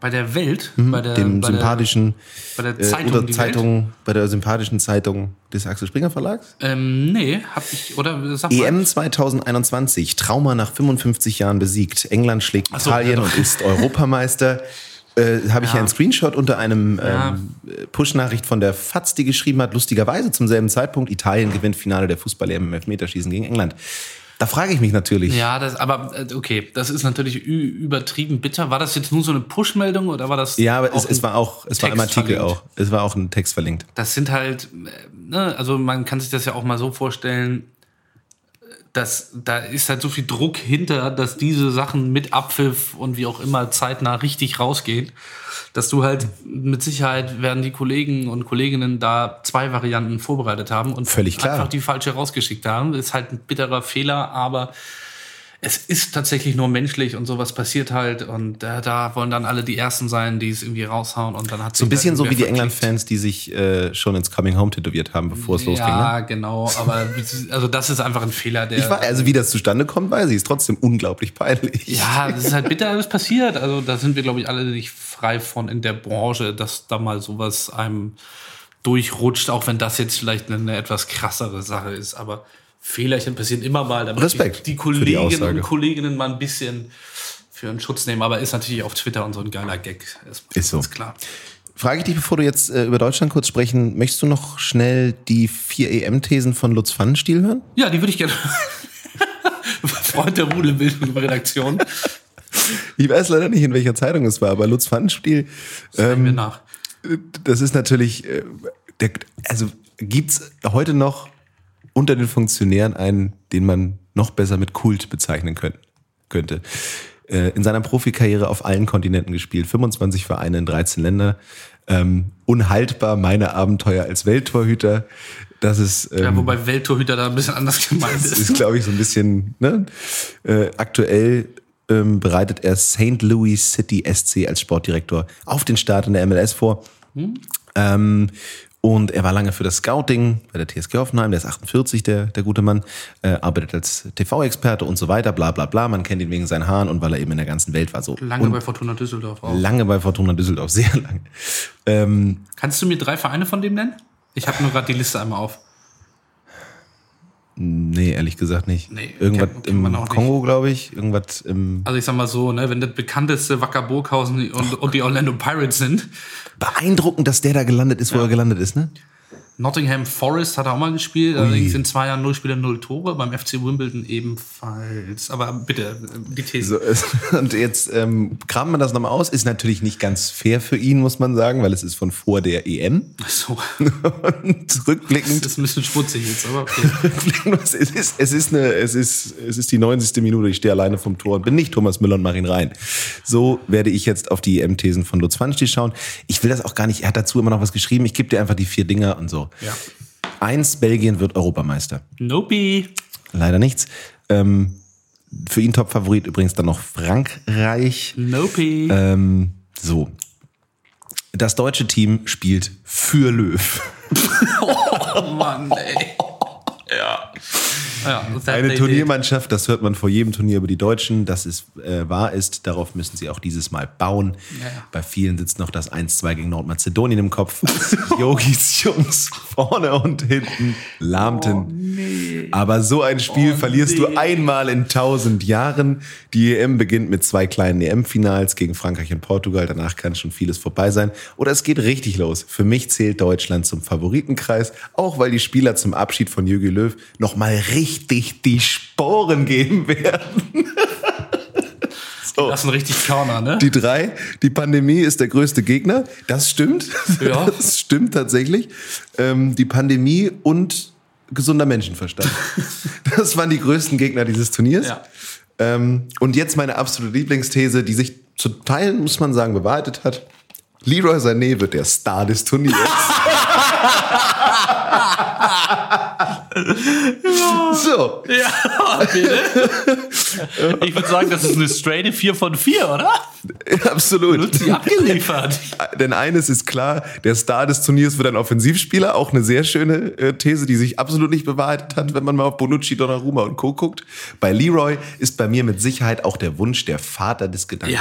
Bei der Welt, bei der,
Dem
Äh, bei
sympathischen
der, bei der
Mhm. äh,
Zeitung,
oder
die Welt.
Zeitung, bei der sympathischen Zeitung des Axel Springer Verlags.
Ähm, nee, hab ich, oder sag mal.
EM 2021, Trauma nach 55 Jahren besiegt. England schlägt
so,
Italien
ja doch.
und ist Europameister. Äh, Habe ich ja. einen Screenshot unter einem
Ja.
ähm, Push-Nachricht von der FAZ, die geschrieben hat, lustigerweise zum selben Zeitpunkt, Italien gewinnt Finale der Fußball-EM im Elfmeterschießen gegen England. Da frage ich mich natürlich.
Ja, das, aber äh, okay, das ist natürlich ü- übertrieben bitter. War das jetzt nur so eine Push-Meldung oder war das?
Ja, aber es,
auch
es
ein-
war auch, es war im
Text
Artikel
verlinkt.
auch, es war auch ein Text verlinkt.
Das sind halt, äh, ne, also man kann sich das ja auch mal so vorstellen, dass da ist halt so viel Druck hinter, dass diese Sachen mit Abpfiff und wie auch immer zeitnah richtig rausgehen, dass du halt mit Sicherheit werden die Kollegen und Kolleginnen da zwei Varianten vorbereitet haben und
Völlig klar.
einfach die falsche rausgeschickt haben. Ist halt ein bitterer Fehler, aber es ist tatsächlich nur menschlich und sowas passiert halt und da, da wollen dann alle die Ersten sein, die es irgendwie raushauen und dann hat
So ein bisschen so wie die England-Fans, die sich äh, schon ins Coming Home tätowiert haben, bevor es losging. Ne?
Ja, genau, aber also das ist einfach ein Fehler, der.
Ich war, also wie das zustande kommt, weiß ich. Ist trotzdem unglaublich peinlich.
ja, das ist halt bitter, alles passiert. Also da sind wir, glaube ich, alle nicht frei von in der Branche, dass da mal sowas einem durchrutscht, auch wenn das jetzt vielleicht eine, eine etwas krassere Sache ist. Aber Fehlerchen passieren immer mal. damit
Respekt
Die, die
für die
Kolleginnen
Aussage.
und Kolleginnen mal ein bisschen für einen Schutz nehmen. Aber ist natürlich auf Twitter und so ein geiler Gag. Erstmal,
Ist so.
ganz klar.
Frage ich dich, bevor du jetzt äh, über Deutschland kurz sprechen, möchtest du noch schnell die vier EM-Thesen von Lutz Pfannenstiel hören?
Ja, die würde ich gerne. Freund der Rudelbildung über Redaktion.
Ich weiß leider nicht, in welcher Zeitung es war, aber Lutz Pfannenstiel,
Ähm, mir nach.
das ist natürlich, äh, der, also gibt's heute noch unter den Funktionären einen, den man noch besser mit Kult bezeichnen können, könnte. Äh, in seiner Profikarriere auf allen Kontinenten gespielt, 25 Vereine in 13 Länder. Ähm, unhaltbar meine Abenteuer als Welttorhüter. Das ist ähm,
Ja, wobei Welttorhüter da ein bisschen anders gemeint
Das
ist.
ist, glaube ich, so ein bisschen ne? äh, aktuell. Ähm, bereitet er St. Louis City SC als Sportdirektor auf den Start in der MLS vor.
Hm?
Ähm, und er war lange für das Scouting bei der TSG Hoffenheim, der ist 48, der, der gute Mann, äh, arbeitet als TV-Experte und so weiter, bla bla bla. Man kennt ihn wegen seinen Haaren und weil er eben in der ganzen Welt war. So
Lange bei Fortuna Düsseldorf auch.
lange bei Fortuna Düsseldorf, sehr lange. Ähm,
Kannst du mir drei Vereine von dem nennen? Ich habe nur gerade die Liste einmal auf.
nee, ehrlich gesagt nicht.
Nee,
Irgendwas
kennt- kennt man auch
im
nicht.
Kongo, glaube ich. Irgendwas im
Also ich sag mal so, ne, wenn das bekannteste Wacker Burghausen und, und die Orlando Pirates sind.
Beeindruckend, dass der da gelandet ist, wo er gelandet ist, ne?
Nottingham Forest hat er auch mal gespielt, allerdings in zwei Jahren null Spiele, null Tore, beim FC Wimbledon ebenfalls. Aber bitte, die These.
So, es- und jetzt ähm, kramt man das nochmal aus. Ist natürlich nicht ganz fair für ihn, muss man sagen, weil es ist von vor der EM.
So.
Und
Das
rückblickend,
ist ein bisschen schmutzig jetzt, aber okay.
rückblickend, es ist, es ist, eine, es ist, es ist die 90. Minute. Ich stehe alleine vom Tor und bin nicht Thomas Müller und mach ihn rein. So werde ich jetzt auf die EM-Thesen von Lutz Pfannstiel schauen. Ich will das auch gar nicht. Er hat dazu immer noch was geschrieben. Ich gebe dir einfach die vier Dinger und so.
Ja.
Eins, Belgien wird Europameister.
Nope.
Leider nichts. Ähm, für ihn Top-Favorit übrigens dann noch Frankreich.
Nope.
Ähm, so. Das deutsche Team spielt für Löw.
Oh Mann, ey. Ja. ja das hat
Eine
die
Turniermannschaft, das hört man vor jedem Turnier über die Deutschen, dass es äh, wahr ist. Darauf müssen sie auch dieses Mal bauen.
Ja.
Bei vielen sitzt noch das 1-2 gegen Nordmazedonien im Kopf. Yogis Jungs vorne und hinten lahmten. Aber so ein Spiel verlierst du einmal in tausend Jahren. Die EM beginnt mit zwei kleinen EM-Finals gegen Frankreich und Portugal. Danach kann schon vieles vorbei sein. Oder es geht richtig los. Für mich zählt Deutschland zum Favoritenkreis, auch weil die Spieler zum Abschied von Jürgen Löw nochmal richtig die Sporen geben werden.
Das ist ein richtig Körner, ne?
Die drei, die Pandemie ist der größte Gegner. Das stimmt.
Ja.
Das stimmt tatsächlich. Ähm, die Pandemie und gesunder Menschenverstand. Das waren die größten Gegner dieses Turniers.
Ja.
Ähm, und jetzt meine absolute Lieblingsthese, die sich zu Teilen, muss man sagen, bewahrheitet hat. Leroy Sané wird der Star des Turniers. So,
Ja, bitte. Ich würde sagen, das ist eine straighte 4 von 4, oder?
absolut. Äh,
Die abgeliefert.
Denn eines ist klar, der Star des Turniers wird ein Offensivspieler. Auch eine sehr schöne äh, These, die sich absolut nicht bewahrheitet hat, wenn man mal auf Bonucci, Donnarumma und Co. guckt. Bei Leroy ist bei mir mit Sicherheit auch der Wunsch der Vater des Gedankens.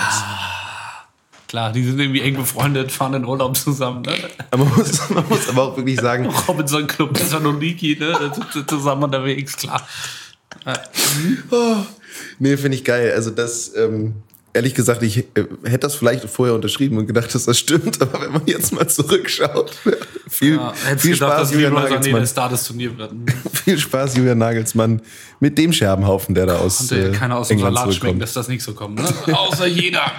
Klar, die sind irgendwie eng befreundet, fahren in Urlaub zusammen. Ne?
Man, muss, man muss aber auch wirklich sagen,
Robinson Club, Thessaloniki, ne? Da sind sie zusammen unterwegs, klar.
Oh, nee, finde ich geil. Also das, ähm, ehrlich gesagt, ich äh, hätte das vielleicht vorher unterschrieben und gedacht, dass das stimmt, aber wenn man jetzt mal zurückschaut, viel,
Ja, hättest
viel,
gedacht,
Spaß,
dass Leroy
Julian
Sané der
Nagelsmann,
Star des Turniers wird.
viel Spaß, Julian Nagelsmann, mit dem Scherbenhaufen, der da aus
Konnte
äh,
keiner aus dem
England
Salat schmecken,
zurückkommt.
dass das nicht so kommt. Ne? Außer jeder.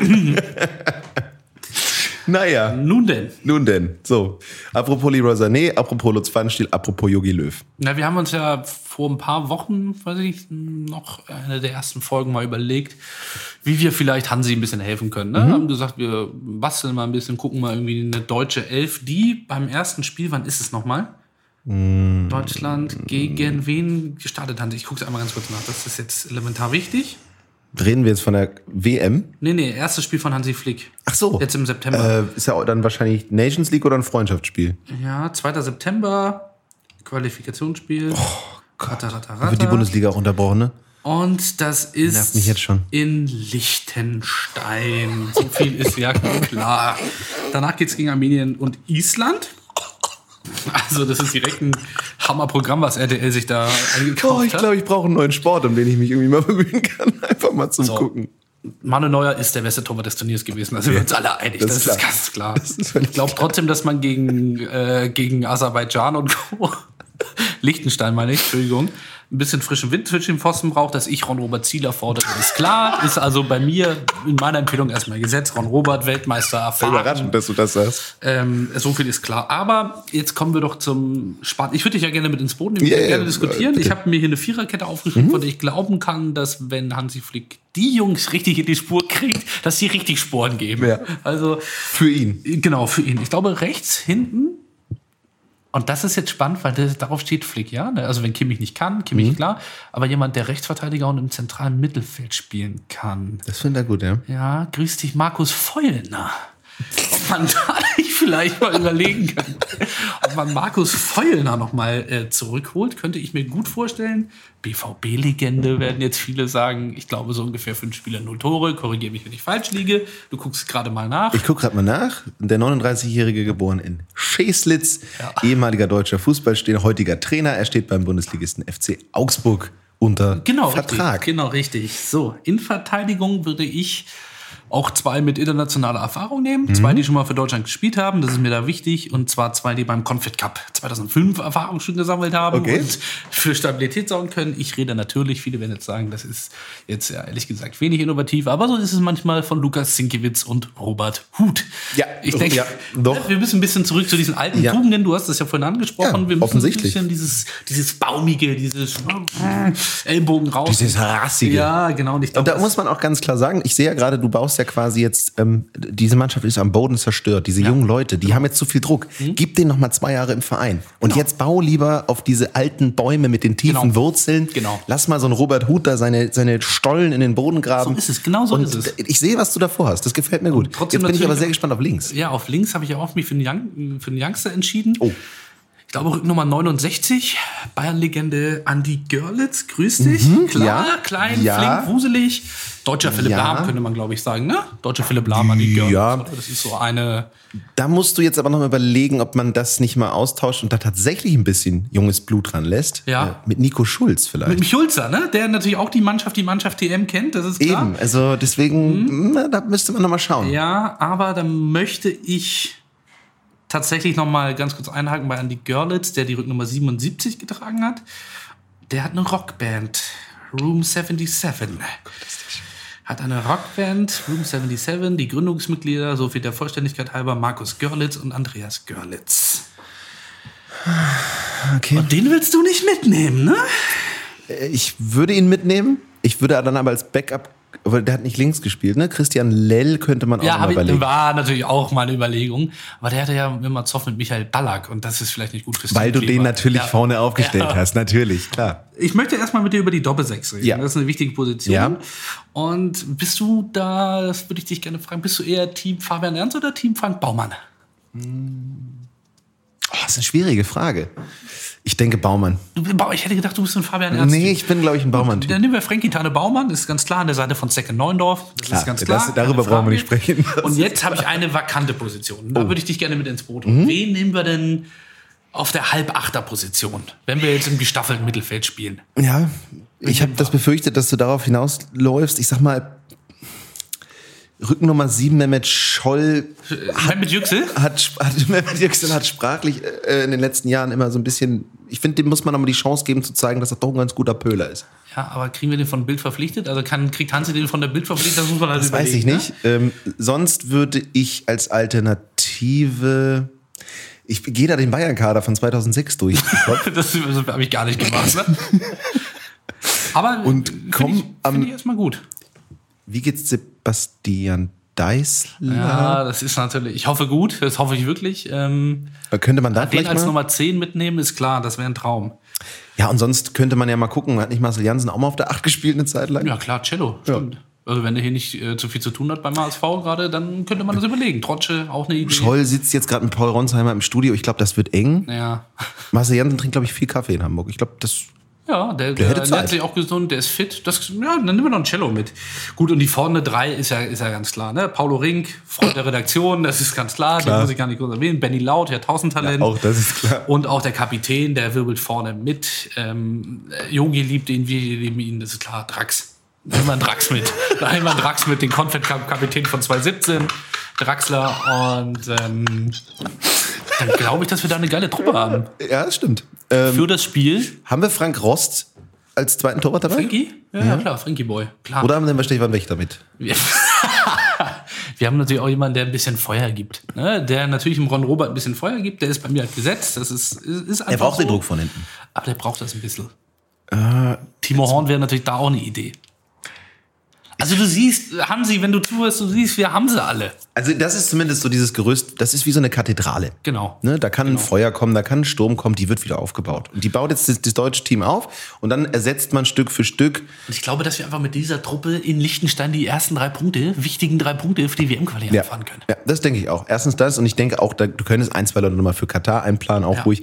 Naja,
Nun denn.
nun denn. So, apropos Leroy Sané, apropos Lutz Pfannenstiel, apropos Yogi Löw.
Na, wir haben uns ja vor ein paar Wochen, weiß ich, noch eine der ersten Folgen mal überlegt, wie wir vielleicht Hansi ein bisschen helfen können. Ne?
Mhm.
Haben gesagt, wir basteln mal ein bisschen, gucken mal irgendwie eine deutsche Elf, die beim ersten Spiel, wann ist es nochmal?
Mhm.
Deutschland gegen wen gestartet Hansi? Ich gucke es einmal ganz kurz nach. Das ist jetzt elementar wichtig.
Reden wir jetzt von der WM?
Nee, nee, erstes Spiel von Hansi Flick.
Ach so.
Jetzt im September.
äh, ist ja auch dann wahrscheinlich Nations League oder ein Freundschaftsspiel.
Ja, 2. September, Qualifikationsspiel. Oh Gott.
Wird die Bundesliga auch unterbrochen, ne?
Und das
Nervt
ist
mich jetzt schon.
in Liechtenstein. So viel ist ja klar. Danach geht's gegen Armenien und Island. Also, das ist direkt ein Hammerprogramm, was RTL sich da eingekauft
Oh, ich
hat.
glaube, ich brauche einen neuen Sport, um den ich mich irgendwie mal bemühen kann. Einfach mal zum
So.
Gucken.
Manu Neuer ist der beste Torwart des Turniers gewesen. Da sind wir uns alle einig. Das,
ist
ist,
klar.
ganz klar.
ist völlig
ich glaube trotzdem, dass man gegen, äh, gegen Aserbaidschan und Co. Liechtenstein meine ich, Entschuldigung, ein bisschen frischen Wind zwischen den Pfosten braucht, dass ich Ron-Robert Zieler fordere. Ist klar, ist also bei mir in meiner Empfehlung erstmal gesetzt. Ron-Robert, Weltmeister, erfahren.
Überraschend, dass du das sagst.
Ähm, so viel ist klar. Aber jetzt kommen wir doch zum Spaten. Ich würde dich ja gerne mit ins Boot nehmen,
Ja,
yeah, gerne
ja,
diskutieren.
bitte. Mhm.
Ich habe mir hier eine Viererkette aufgeschrieben, von der ich glauben kann, dass wenn Hansi Flick die Jungs richtig in die Spur kriegt, dass sie richtig Sporen geben.
Ja.
Also
Für ihn.
genau für ihn. Ich glaube rechts hinten. Und das ist jetzt spannend, weil das, darauf steht Flick, ja. ne? Also wenn Kimmich nicht kann, Kimmich
Mhm.
klar, aber jemand, der Rechtsverteidiger und im zentralen Mittelfeld spielen kann.
Das finde ich gut, ja.
Ja, grüß dich, Markus Feulner. Ob man da nicht vielleicht mal überlegen kann, ob man Markus Feulner nochmal äh, zurückholt, könnte ich mir gut vorstellen. BVB-Legende werden jetzt viele sagen. Ich glaube, so ungefähr fünf Spieler, null Tore. Korrigiere mich, wenn ich falsch liege. Du guckst gerade mal nach.
Ich gucke gerade mal nach. Der 39-Jährige, geboren in Scheslitz,
Ja.
ehemaliger deutscher Fußballspieler, heutiger Trainer. Er steht beim Bundesligisten FC Augsburg unter
Genau,
Vertrag.
Richtig, genau, richtig. So, in Verteidigung würde ich auch zwei mit internationaler Erfahrung nehmen.
Mhm.
Zwei, die schon mal für Deutschland gespielt haben, das ist mir da wichtig. Und zwar zwei, die beim Confed Cup 2005 Erfahrung schon gesammelt haben
Okay.
und für Stabilität sorgen können. Ich rede natürlich, viele werden jetzt sagen, das ist jetzt ja ehrlich gesagt wenig innovativ, aber so ist es manchmal von Lukas Sinkiewicz und Robert Huth.
Ja,
ich denke,
ja, doch.
wir müssen ein bisschen zurück zu diesen alten
Ja.
Tugenden. Du hast das ja vorhin angesprochen.
Ja,
wir müssen
offensichtlich.
Ein bisschen dieses, dieses baumige, dieses Ellbogen raus.
Dieses Rassige.
Ja, genau. Und ich
Und
glaube,
da muss man auch ganz klar sagen, ich sehe ja gerade, du baust ja quasi jetzt, ähm, diese Mannschaft ist am Boden zerstört. Diese jungen Leute,
Genau.
die haben jetzt zu viel Druck.
Mhm.
Gib denen nochmal zwei Jahre im Verein. Und jetzt bau lieber auf diese alten Bäume mit den tiefen
Genau.
Wurzeln.
Genau.
Lass mal so einen Robert Huth da seine, seine Stollen in den Boden graben.
So ist es, genau so
Und
ist es.
Ich sehe, was du davor hast. Das gefällt mir gut.
trotzdem
jetzt bin ich
natürlich-
aber sehr gespannt auf links.
ja, auf links habe ich ja auch mich für einen, Young, für einen Youngster entschieden.
Oh.
Ich glaube, Rücknummer 69, Bayern-Legende Andy Görlitz. Grüß dich. Klar,
Mhm, ja,
klein,
ja.
flink, wuselig. Deutscher Philipp
Ja.
Lahm, könnte man, glaube ich, sagen. Ne? Deutscher Philipp Lahm, Andy Görlitz.
Ja.
oder? Das ist so eine...
Da musst du jetzt aber nochmal überlegen, ob man das nicht mal austauscht und da tatsächlich ein bisschen junges Blut dran lässt.
Ja.
Äh, Mit Nico Schulz vielleicht.
Mit dem Schulzer, ne? der natürlich auch die Mannschaft, die Mannschaft TM kennt, das ist klar. Mhm.
Eben, also deswegen, na, da müsste man nochmal schauen.
Ja, aber dann möchte ich tatsächlich noch mal ganz kurz einhaken bei Andy Görlitz, der die Rücknummer 77 getragen hat. Der hat eine Rockband, Room 77. Hat eine Rockband, Room 77, die Gründungsmitglieder, so viel der Vollständigkeit halber, Markus Görlitz und Andreas Görlitz.
Okay.
Und den willst du nicht mitnehmen, ne?
äh, Ich würde ihn mitnehmen, ich würde dann aber als Backup, aber der hat nicht links gespielt, ne? Christian Lell könnte man auch
Ja,
noch mal
hab ich,
überlegen.
war natürlich auch meine Überlegung. Aber der hatte ja immer Zoff mit Michael Ballack und das ist vielleicht nicht gut fürs
Weil du den
Teamklima.
natürlich
Ja.
vorne aufgestellt
Ja.
hast, natürlich, klar.
Ich möchte erstmal mit dir über die Doppelsechs reden.
Ja.
Das ist eine wichtige Position.
Ja.
Und bist du da, das würde ich dich gerne fragen, bist du eher Team Fabian Ernst oder Team Frank Baumann?
Oh, das ist eine schwierige Frage. Ich denke Baumann.
Du, Bau- ich hätte gedacht, du bist ein Fabian Ernst.
Nee, ich bin, glaube ich, ein Baumann-Typ.
Dann nehmen wir Frankie Tane Baumann, ist ganz klar, an der Seite von Zecke Neundorf. Das
Klar,
ist ganz
das-
klar.
darüber
keine
brauchen wir
Frage.
nicht sprechen. Oh. Das
Und
ist
jetzt habe ich eine vakante Position. Da würde ich dich gerne mit ins Boot
Mhm.
holen. Wen nehmen wir denn auf der Halbachterposition, wenn wir jetzt im gestaffelten Mittelfeld spielen?
Ja, ich habe das befürchtet, dass du darauf hinausläufst. Ich sag mal, Rücknummer 7, Mehmet Scholl
Äh, Mehmet Yüksel?
hat, hat, Mehmet Yüksel hat sprachlich äh, in den letzten Jahren immer so ein bisschen, ich finde, dem muss man nochmal die Chance geben zu zeigen, dass er doch ein ganz guter Pöhler ist.
Ja, aber kriegen wir den von Bild verpflichtet? Also kann, kriegt Hansi den von der Bild verpflichtet? Das muss man halt
Das weiß ich
überlegen,
nicht. Ähm, sonst würde ich als Alternative, ich gehe da den Bayern-Kader von 2006 durch
Ne? Das, das habe ich gar nicht gemacht. Ne? aber
und
find
komm
ich,
am,
find ich erstmal gut.
wie geht's Sebastian Deißler?
Ja, das ist natürlich. Ich hoffe gut, das hoffe ich wirklich. Ähm,
Äh, Könnte man da
den
vielleicht
als
mal?
Nummer 10 mitnehmen, ist klar, das wäre ein Traum.
Ja, und sonst könnte man ja mal gucken, hat nicht Marcel Jansen auch mal auf der 8 gespielt eine Zeit lang?
Ja, klar, Cello, stimmt. Also wenn er hier nicht äh, zu viel zu tun hat beim HSV gerade, dann könnte man das überlegen. Trotsche, auch eine Idee.
Scholl sitzt jetzt gerade mit Paul Ronsheimer im Studio. Ich glaube, das wird eng.
Ja.
Marcel Jansen trinkt, glaube ich, viel Kaffee in Hamburg. Ich glaube, das
Ja, der,
hätte
der
Zeit.
ernährt sich auch gesund, der ist fit. Das, ja, dann nehmen wir noch ein Cello mit. Gut, und die vorne drei ist ja, ist ja ganz klar. Ne? Paulo Rink, Freund der Redaktion, das ist ganz klar. Den muss ich gar nicht groß erwähnen. Benny Laut, der Tausendtalent.
Auch das ist klar.
Und auch der Kapitän, der wirbelt vorne mit. Ähm, Yogi liebt ihn, wir lieben ihn, das ist klar. Drax. Nehmen wir einen Drax mit. Nehmen wir einen Drax mit, den Confed-Kapitän von 2017. Draxler und ähm, dann glaube ich, dass wir da eine geile Truppe haben.
Ja, das stimmt. Ähm,
Für das Spiel,
haben wir Frank Rost als zweiten Torwart dabei?
Frinky? Ja, ja. klar, Frinky Boy. Klar.
Oder haben wir den wahrscheinlich Van Wächter mit?
Wir, wir haben natürlich auch jemanden, der ein bisschen Feuer gibt. Ne? Der natürlich im Ron Robert ein bisschen Feuer gibt. Der ist bei mir halt gesetzt. Das ist, ist, ist
Er
einfach
braucht den
so.
Druck Äh, von hinten.
Aber der braucht das ein bisschen. Timo Horn wäre natürlich da auch eine Idee. Also du siehst, Hansi, wenn du zuhörst, du siehst, wir haben sie alle.
Also das ist zumindest so dieses Gerüst, das ist wie so eine Kathedrale.
Genau.
Ne, da kann ein Feuer kommen, da kann ein Sturm kommen, die wird wieder aufgebaut. Und die baut jetzt das, das deutsche Team auf und dann ersetzt man Stück für Stück.
Und ich glaube, dass wir einfach mit dieser Truppe in Liechtenstein die ersten drei Punkte, wichtigen drei Punkte für die WM-Quali einfahren können.
ja das denke ich auch. Erstens das und ich denke auch, da, du könntest ein, zwei Leute nochmal für Katar einplanen, auch
Ja.
ruhig.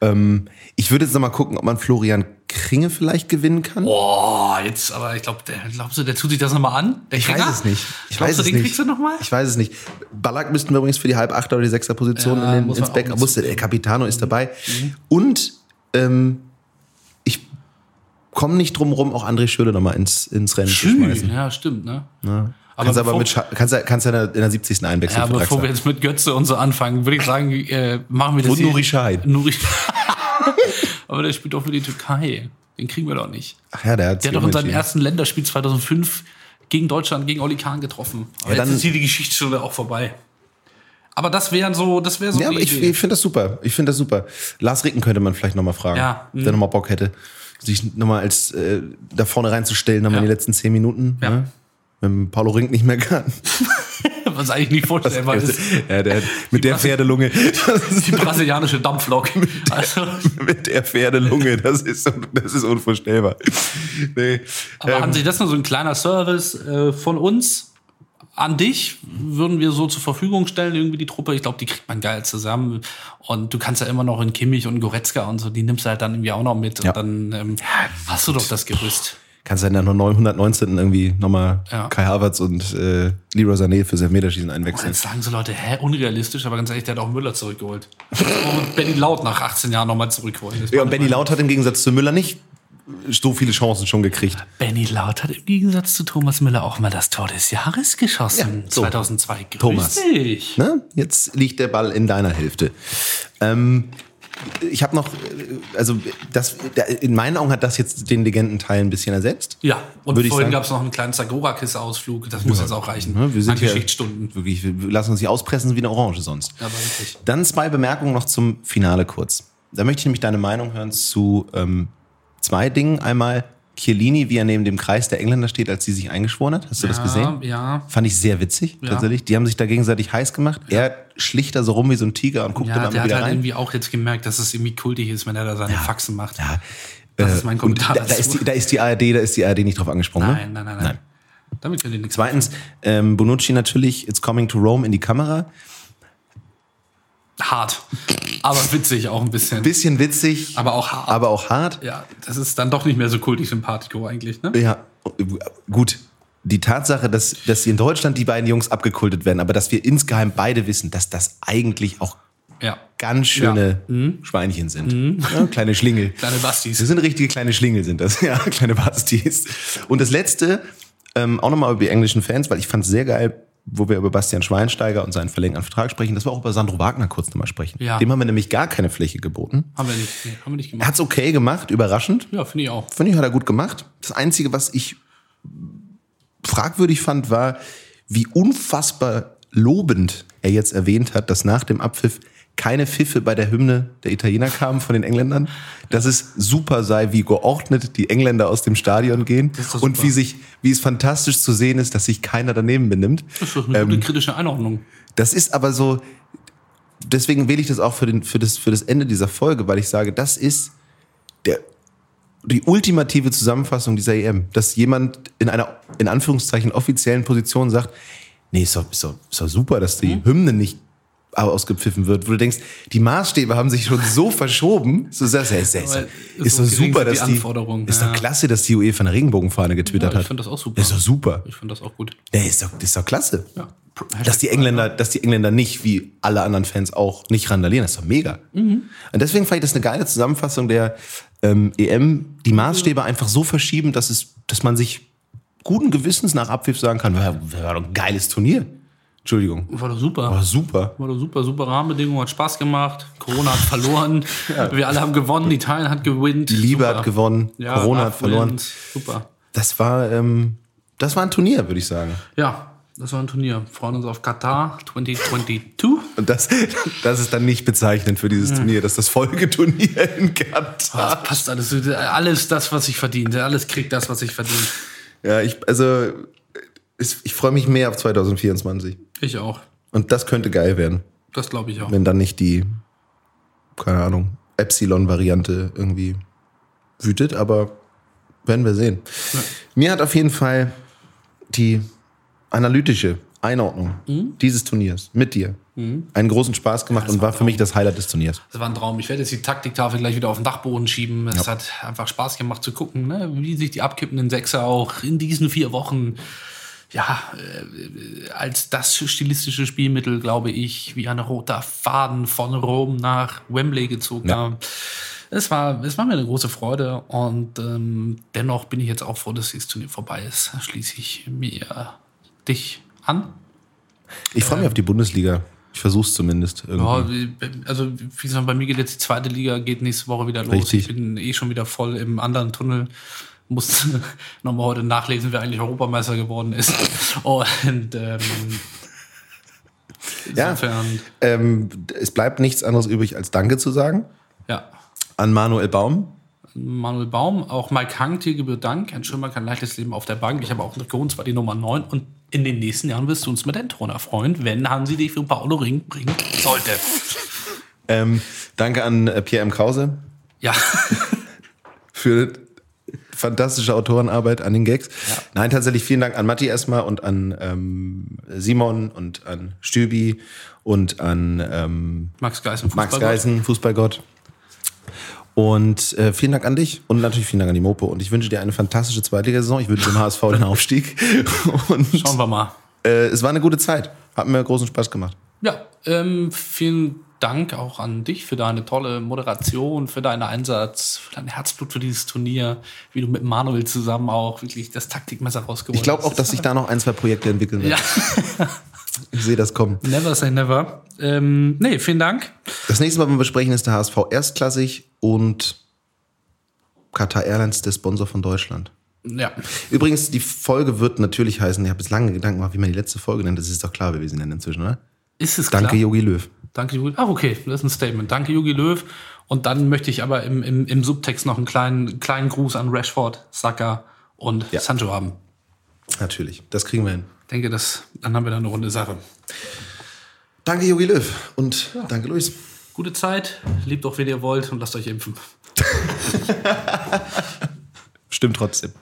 Ähm, ich würde jetzt nochmal gucken, ob man Florian Kringe vielleicht gewinnen kann.
Boah, jetzt, aber ich glaube, der- glaubst du, der tut sich das nochmal an? Der
Ich weiß
Kringer?
es nicht. Ich
glaubst
weiß
du,
es
den
nicht.
kriegst du nochmal?
Ich weiß es nicht. Ballack müssten wir übrigens für die halb Achter oder die Sechser Position
Ja,
in den,
muss man
ins
auch Mhm.
Back.
mit
Muss, der Capitano ist dabei. Und ähm, ich komme nicht drum rum, auch André Schöle nochmal ins, ins Rennen zu schmeißen.
Schön, ja, stimmt, ne? Aber
Kannst aber
bevor-
mit Scha- kannst, ja- kannst ja in der- in der 70. einwechseln.
Ja,
für
bevor wir
Draxler.
jetzt mit Götze und so anfangen, würde ich sagen, äh, machen wir das
Und Nuri Sahin.
Nuri Aber der spielt doch für die Türkei. Den kriegen wir doch nicht.
Ach ja, der, hat's
Der hat doch in seinem
umentschieden.
ersten Länderspiel 2005 gegen Deutschland, gegen Oli Kahn getroffen. Aber
Ja,
jetzt
dann-
ist hier die Geschichtsstunde auch vorbei. Aber das wären so, das wäre so
Ja,
die
aber ich,
Idee.
ich finde das super. Ich finde das super. Lars Ricken könnte man vielleicht nochmal fragen,
Ja, mhm.
der nochmal Bock hätte, sich nochmal als äh, da vorne reinzustellen, nochmal in die letzten zehn Minuten.
Ja.
Ne? Wenn Paulo Rink nicht mehr kann.
was eigentlich nicht vorstellbar ist.
Ja, der, mit der Pferdelunge. Das ist,
Die brasilianische Dampflok. Also,
mit der Pferdelunge. Das ist, das ist unvorstellbar. Nee. ähm,
aber haben Sie das nur so ein kleiner Service äh, von uns? An dich würden wir so zur Verfügung stellen, irgendwie die Truppe. Ich glaube, die kriegt man geil zusammen. Und du kannst ja immer noch in Kimmich und Goretzka und so, die nimmst du halt dann irgendwie auch noch mit.
Ja.
Und dann ähm, hast du doch das Gerüst.
Kannst du dann nach 919. irgendwie nochmal
Ja.
Kai Havertz und äh, Leroy Sané fürs Elfmeterschießen
Und
einwechseln.
Oh, jetzt sagen so Leute, hä, unrealistisch, aber ganz ehrlich, der hat auch Müller zurückgeholt. Und Benny Laut nach 18 Jahren nochmal zurückholen. Das
Ja,
war
und Benny Laut hat im Gegensatz zu Müller nicht so viele Chancen schon gekriegt.
Benny Laut hat im Gegensatz zu Thomas Müller auch mal das Tor des Jahres geschossen.
Ja, so.
2002. Grüß
Thomas.
Dich.
Ne? Jetzt liegt der Ball in deiner Hälfte. Ähm, ich habe noch, äh, also das, der- in meinen Augen hat das jetzt den Legendenteil ein bisschen ersetzt.
Ja, und
Würde ich
vorhin
sagen.
gab es noch einen kleinen Zagora-Kiss-Ausflug. Das muss jetzt auch reichen.
Ne? Wir
An
sind hier
Geschichtsstunden.
Wirklich, wir wir lassen uns nicht auspressen wie eine Orange sonst.
Aber wirklich.
Dann zwei Bemerkungen noch zum Finale kurz. Da möchte ich nämlich deine Meinung hören zu ähm, zwei Dingen. Einmal Chiellini, wie er neben dem Kreis der Engländer steht, als sie sich eingeschworen hat. Hast du das gesehen?
Ja,
Fand ich sehr witzig, tatsächlich. Die haben sich da gegenseitig heiß gemacht. Er schlicht da so rum wie so ein Tiger und guckt
ja
dann
der
immer
hat
wieder
halt
rein.
irgendwie auch jetzt gemerkt, dass es irgendwie kultig ist, wenn er da seine Faxen macht.
Ja, äh,
Das ist mein
und da,
Kommentar
da,
dazu.
ist die, da ist die ARD, da ist die ARD nicht drauf angesprungen.
nein,
ne?
nein, nein, nein, Damit könnt ihr nichts
Zweitens, ähm, Bonucci natürlich, It's Coming to Rome in die Kamera.
Hart. Aber witzig auch ein bisschen.
Bisschen witzig,
aber auch hart.
aber auch hart.
ja, das ist dann doch nicht mehr so kultig sympathico eigentlich, ne?
Ja, gut. Die Tatsache, dass, dass hier in Deutschland die beiden Jungs abgekultet werden, aber dass wir insgeheim beide wissen, dass das eigentlich auch
Ja. Mhm.
ganz schöne Schweinchen sind. Ja, kleine Schlingel.
Kleine Bastis.
Das sind richtige kleine Schlingel, sind das. Ja, kleine Bastis. Und das letzte, ähm, auch nochmal über die englischen Fans, weil ich fand es sehr geil, wo wir über Bastian Schweinsteiger und seinen verlängerten Vertrag sprechen, dass wir auch über Sandro Wagner kurz nochmal sprechen.
Ja.
Dem haben wir nämlich gar keine Fläche geboten.
Haben wir nicht, nee, haben wir nicht
Er
gemacht.
hat's okay gemacht, überraschend.
Ja, finde ich auch.
Finde ich, hat er gut gemacht. Das Einzige, was ich fragwürdig fand, war, wie unfassbar lobend er jetzt erwähnt hat, dass nach dem Abpfiff keine Pfiffe bei der Hymne der Italiener kamen von den Engländern, dass es super sei, wie geordnet die Engländer aus dem Stadion gehen
Das ist doch
und
super.
wie sich, wie es fantastisch zu sehen ist, dass sich keiner daneben benimmt.
Das ist doch
Ähm,
eine gute kritische Einordnung.
Das ist aber so, deswegen wähle ich das auch für, den, für, das, für das Ende dieser Folge, weil ich sage, das ist der, die ultimative Zusammenfassung dieser EM, dass jemand in einer, in
Mhm.
Anführungszeichen, offiziellen Position sagt, nee, ist doch, ist doch, ist doch super, dass die Hymne nicht ausgepfiffen wird, wo du denkst, die Maßstäbe haben sich schon so verschoben, so sagst du, hey, ist, ist, ist doch super, dass die,
Anforderung.
ist doch klasse, dass die UEFA eine Regenbogenfahne getwittert
Ja, ich
hat.
find das auch super.
Ist doch super.
Ich fand das auch gut.
Ja, ist doch, ist doch klasse.
Ja.
Dass die Engländer, dass die Engländer nicht wie alle anderen Fans auch nicht randalieren, das ist doch mega. Und deswegen fand ich das eine geile Zusammenfassung der ähm, EM, die Maßstäbe einfach so verschieben, dass es, dass man sich guten Gewissens nach Abpfiff sagen kann, war, war doch ein geiles Turnier. Entschuldigung.
War doch super.
War super.
War doch super, super Rahmenbedingungen, hat Spaß gemacht. Corona hat verloren. Wir alle haben gewonnen. Italien hat gewinnt.
Die Liebe hat gewonnen,
Ja,
Corona hat
Ralf
verloren.
Williams, Super.
Das war, ähm, das war ein Turnier, würde ich sagen.
Ja, das war ein Turnier. Freuen uns auf Katar 2022.
Und das, das ist dann nicht bezeichnend für dieses Turnier, dass das Folgeturnier in Katar.
Das Ah, passt alles. Alles das, was ich verdiene. Alles kriegt das, was ich verdiene.
Ja, ich, also, es- ich freue mich mehr auf 2024.
Ich auch.
Und das könnte geil werden,
Das glaube ich auch.
wenn dann nicht die, keine Ahnung, Epsilon-Variante irgendwie wütet, aber werden wir sehen. Mir hat auf jeden Fall die analytische Einordnung dieses Turniers mit dir einen großen Spaß gemacht und war für mich das Highlight des Turniers.
Das war ein Traum. Ich werde jetzt die Taktiktafel gleich wieder auf den Dachboden schieben. Es hat einfach Spaß gemacht zu gucken, ne? wie sich die abkippenden Sechser auch in diesen vier Wochen, ja, äh, als das stilistische Spielmittel, glaube ich, wie ein roter Faden von Rom nach Wembley gezogen haben. Es war, es war mir eine große Freude und ähm, dennoch bin ich jetzt auch froh, dass dieses Turnier vorbei ist. Da Schließe ich mir dich an.
Ich freue mich auf die Bundesliga. Ich versuche es zumindest. Irgendwie.
Ja, wie- also wie gesagt, bei mir geht jetzt die zweite Liga, geht nächste Woche wieder los.
Richtig.
Ich bin eh schon wieder voll im anderen Tunnel. Muss nochmal heute nachlesen, wer eigentlich Europameister geworden ist. Und ähm,
Ja.
insofern,
Ähm, es bleibt nichts anderes übrig, als Danke zu sagen
ja.
an Manuel Baum.
Manuel Baum, auch Mike Hank, dir gebührt Dank. Ein Schirmer kann leichtes Leben auf der Bank. Ich habe auch eine Grund, zwar die Nummer 9. Und in den nächsten Jahren wirst du uns mit Endton erfreuen, wenn Hansi dich für Paolo Ring bringen sollte.
Ähm, danke an äh, Pierre M. Krause
Ja,
für fantastische Autorenarbeit an den Gags. Nein, tatsächlich vielen Dank an Matti erstmal und an ähm, Simon und an Stübi und an ähm,
Max Geißen,
Max
Fußballgott.
Geisen, Fußballgott. Und äh, vielen Dank an dich und natürlich vielen Dank an die Mopo. Und ich wünsche dir eine fantastische Zweitligasaison. Ich wünsche dem HSV den Aufstieg. Und
Schauen wir mal.
äh, es war eine gute Zeit. Hat mir großen Spaß gemacht.
Ja, ähm, vielen Dank auch an dich für deine tolle Moderation, für deinen Einsatz, für dein Herzblut für dieses Turnier, wie du mit Manuel zusammen auch wirklich das Taktikmesser rausgeholt
Ich glaube auch, dass sich da noch ein, zwei Projekte entwickeln werden.
Ja.
Ich sehe das kommen.
Never say never. Ähm, nee, vielen Dank.
Das nächste Mal, wenn wir besprechen, ist der HSV erstklassig und Qatar Airlines der Sponsor von Deutschland.
Ja,
Übrigens, die Folge wird natürlich heißen, ich habe jetzt lange Gedanken gemacht, wie man die letzte Folge nennt. Das ist doch klar, wie wir sie nennen inzwischen, oder?
ist es
Danke,
klar.
Yogi Löw.
Danke, Jogi. Ah, okay, das ist ein Statement. Danke, Jogi Löw. Und dann möchte ich aber im, im, im Subtext noch einen kleinen, kleinen Gruß an Rashford, Saka und Sancho haben.
Natürlich, das kriegen wir hin.
Ich denke, das, dann haben wir da eine runde Sache.
Danke, Yogi Löw. Und danke, Luis.
Gute Zeit, liebt auch, wen ihr wollt und lasst euch impfen.
Stimmt trotzdem.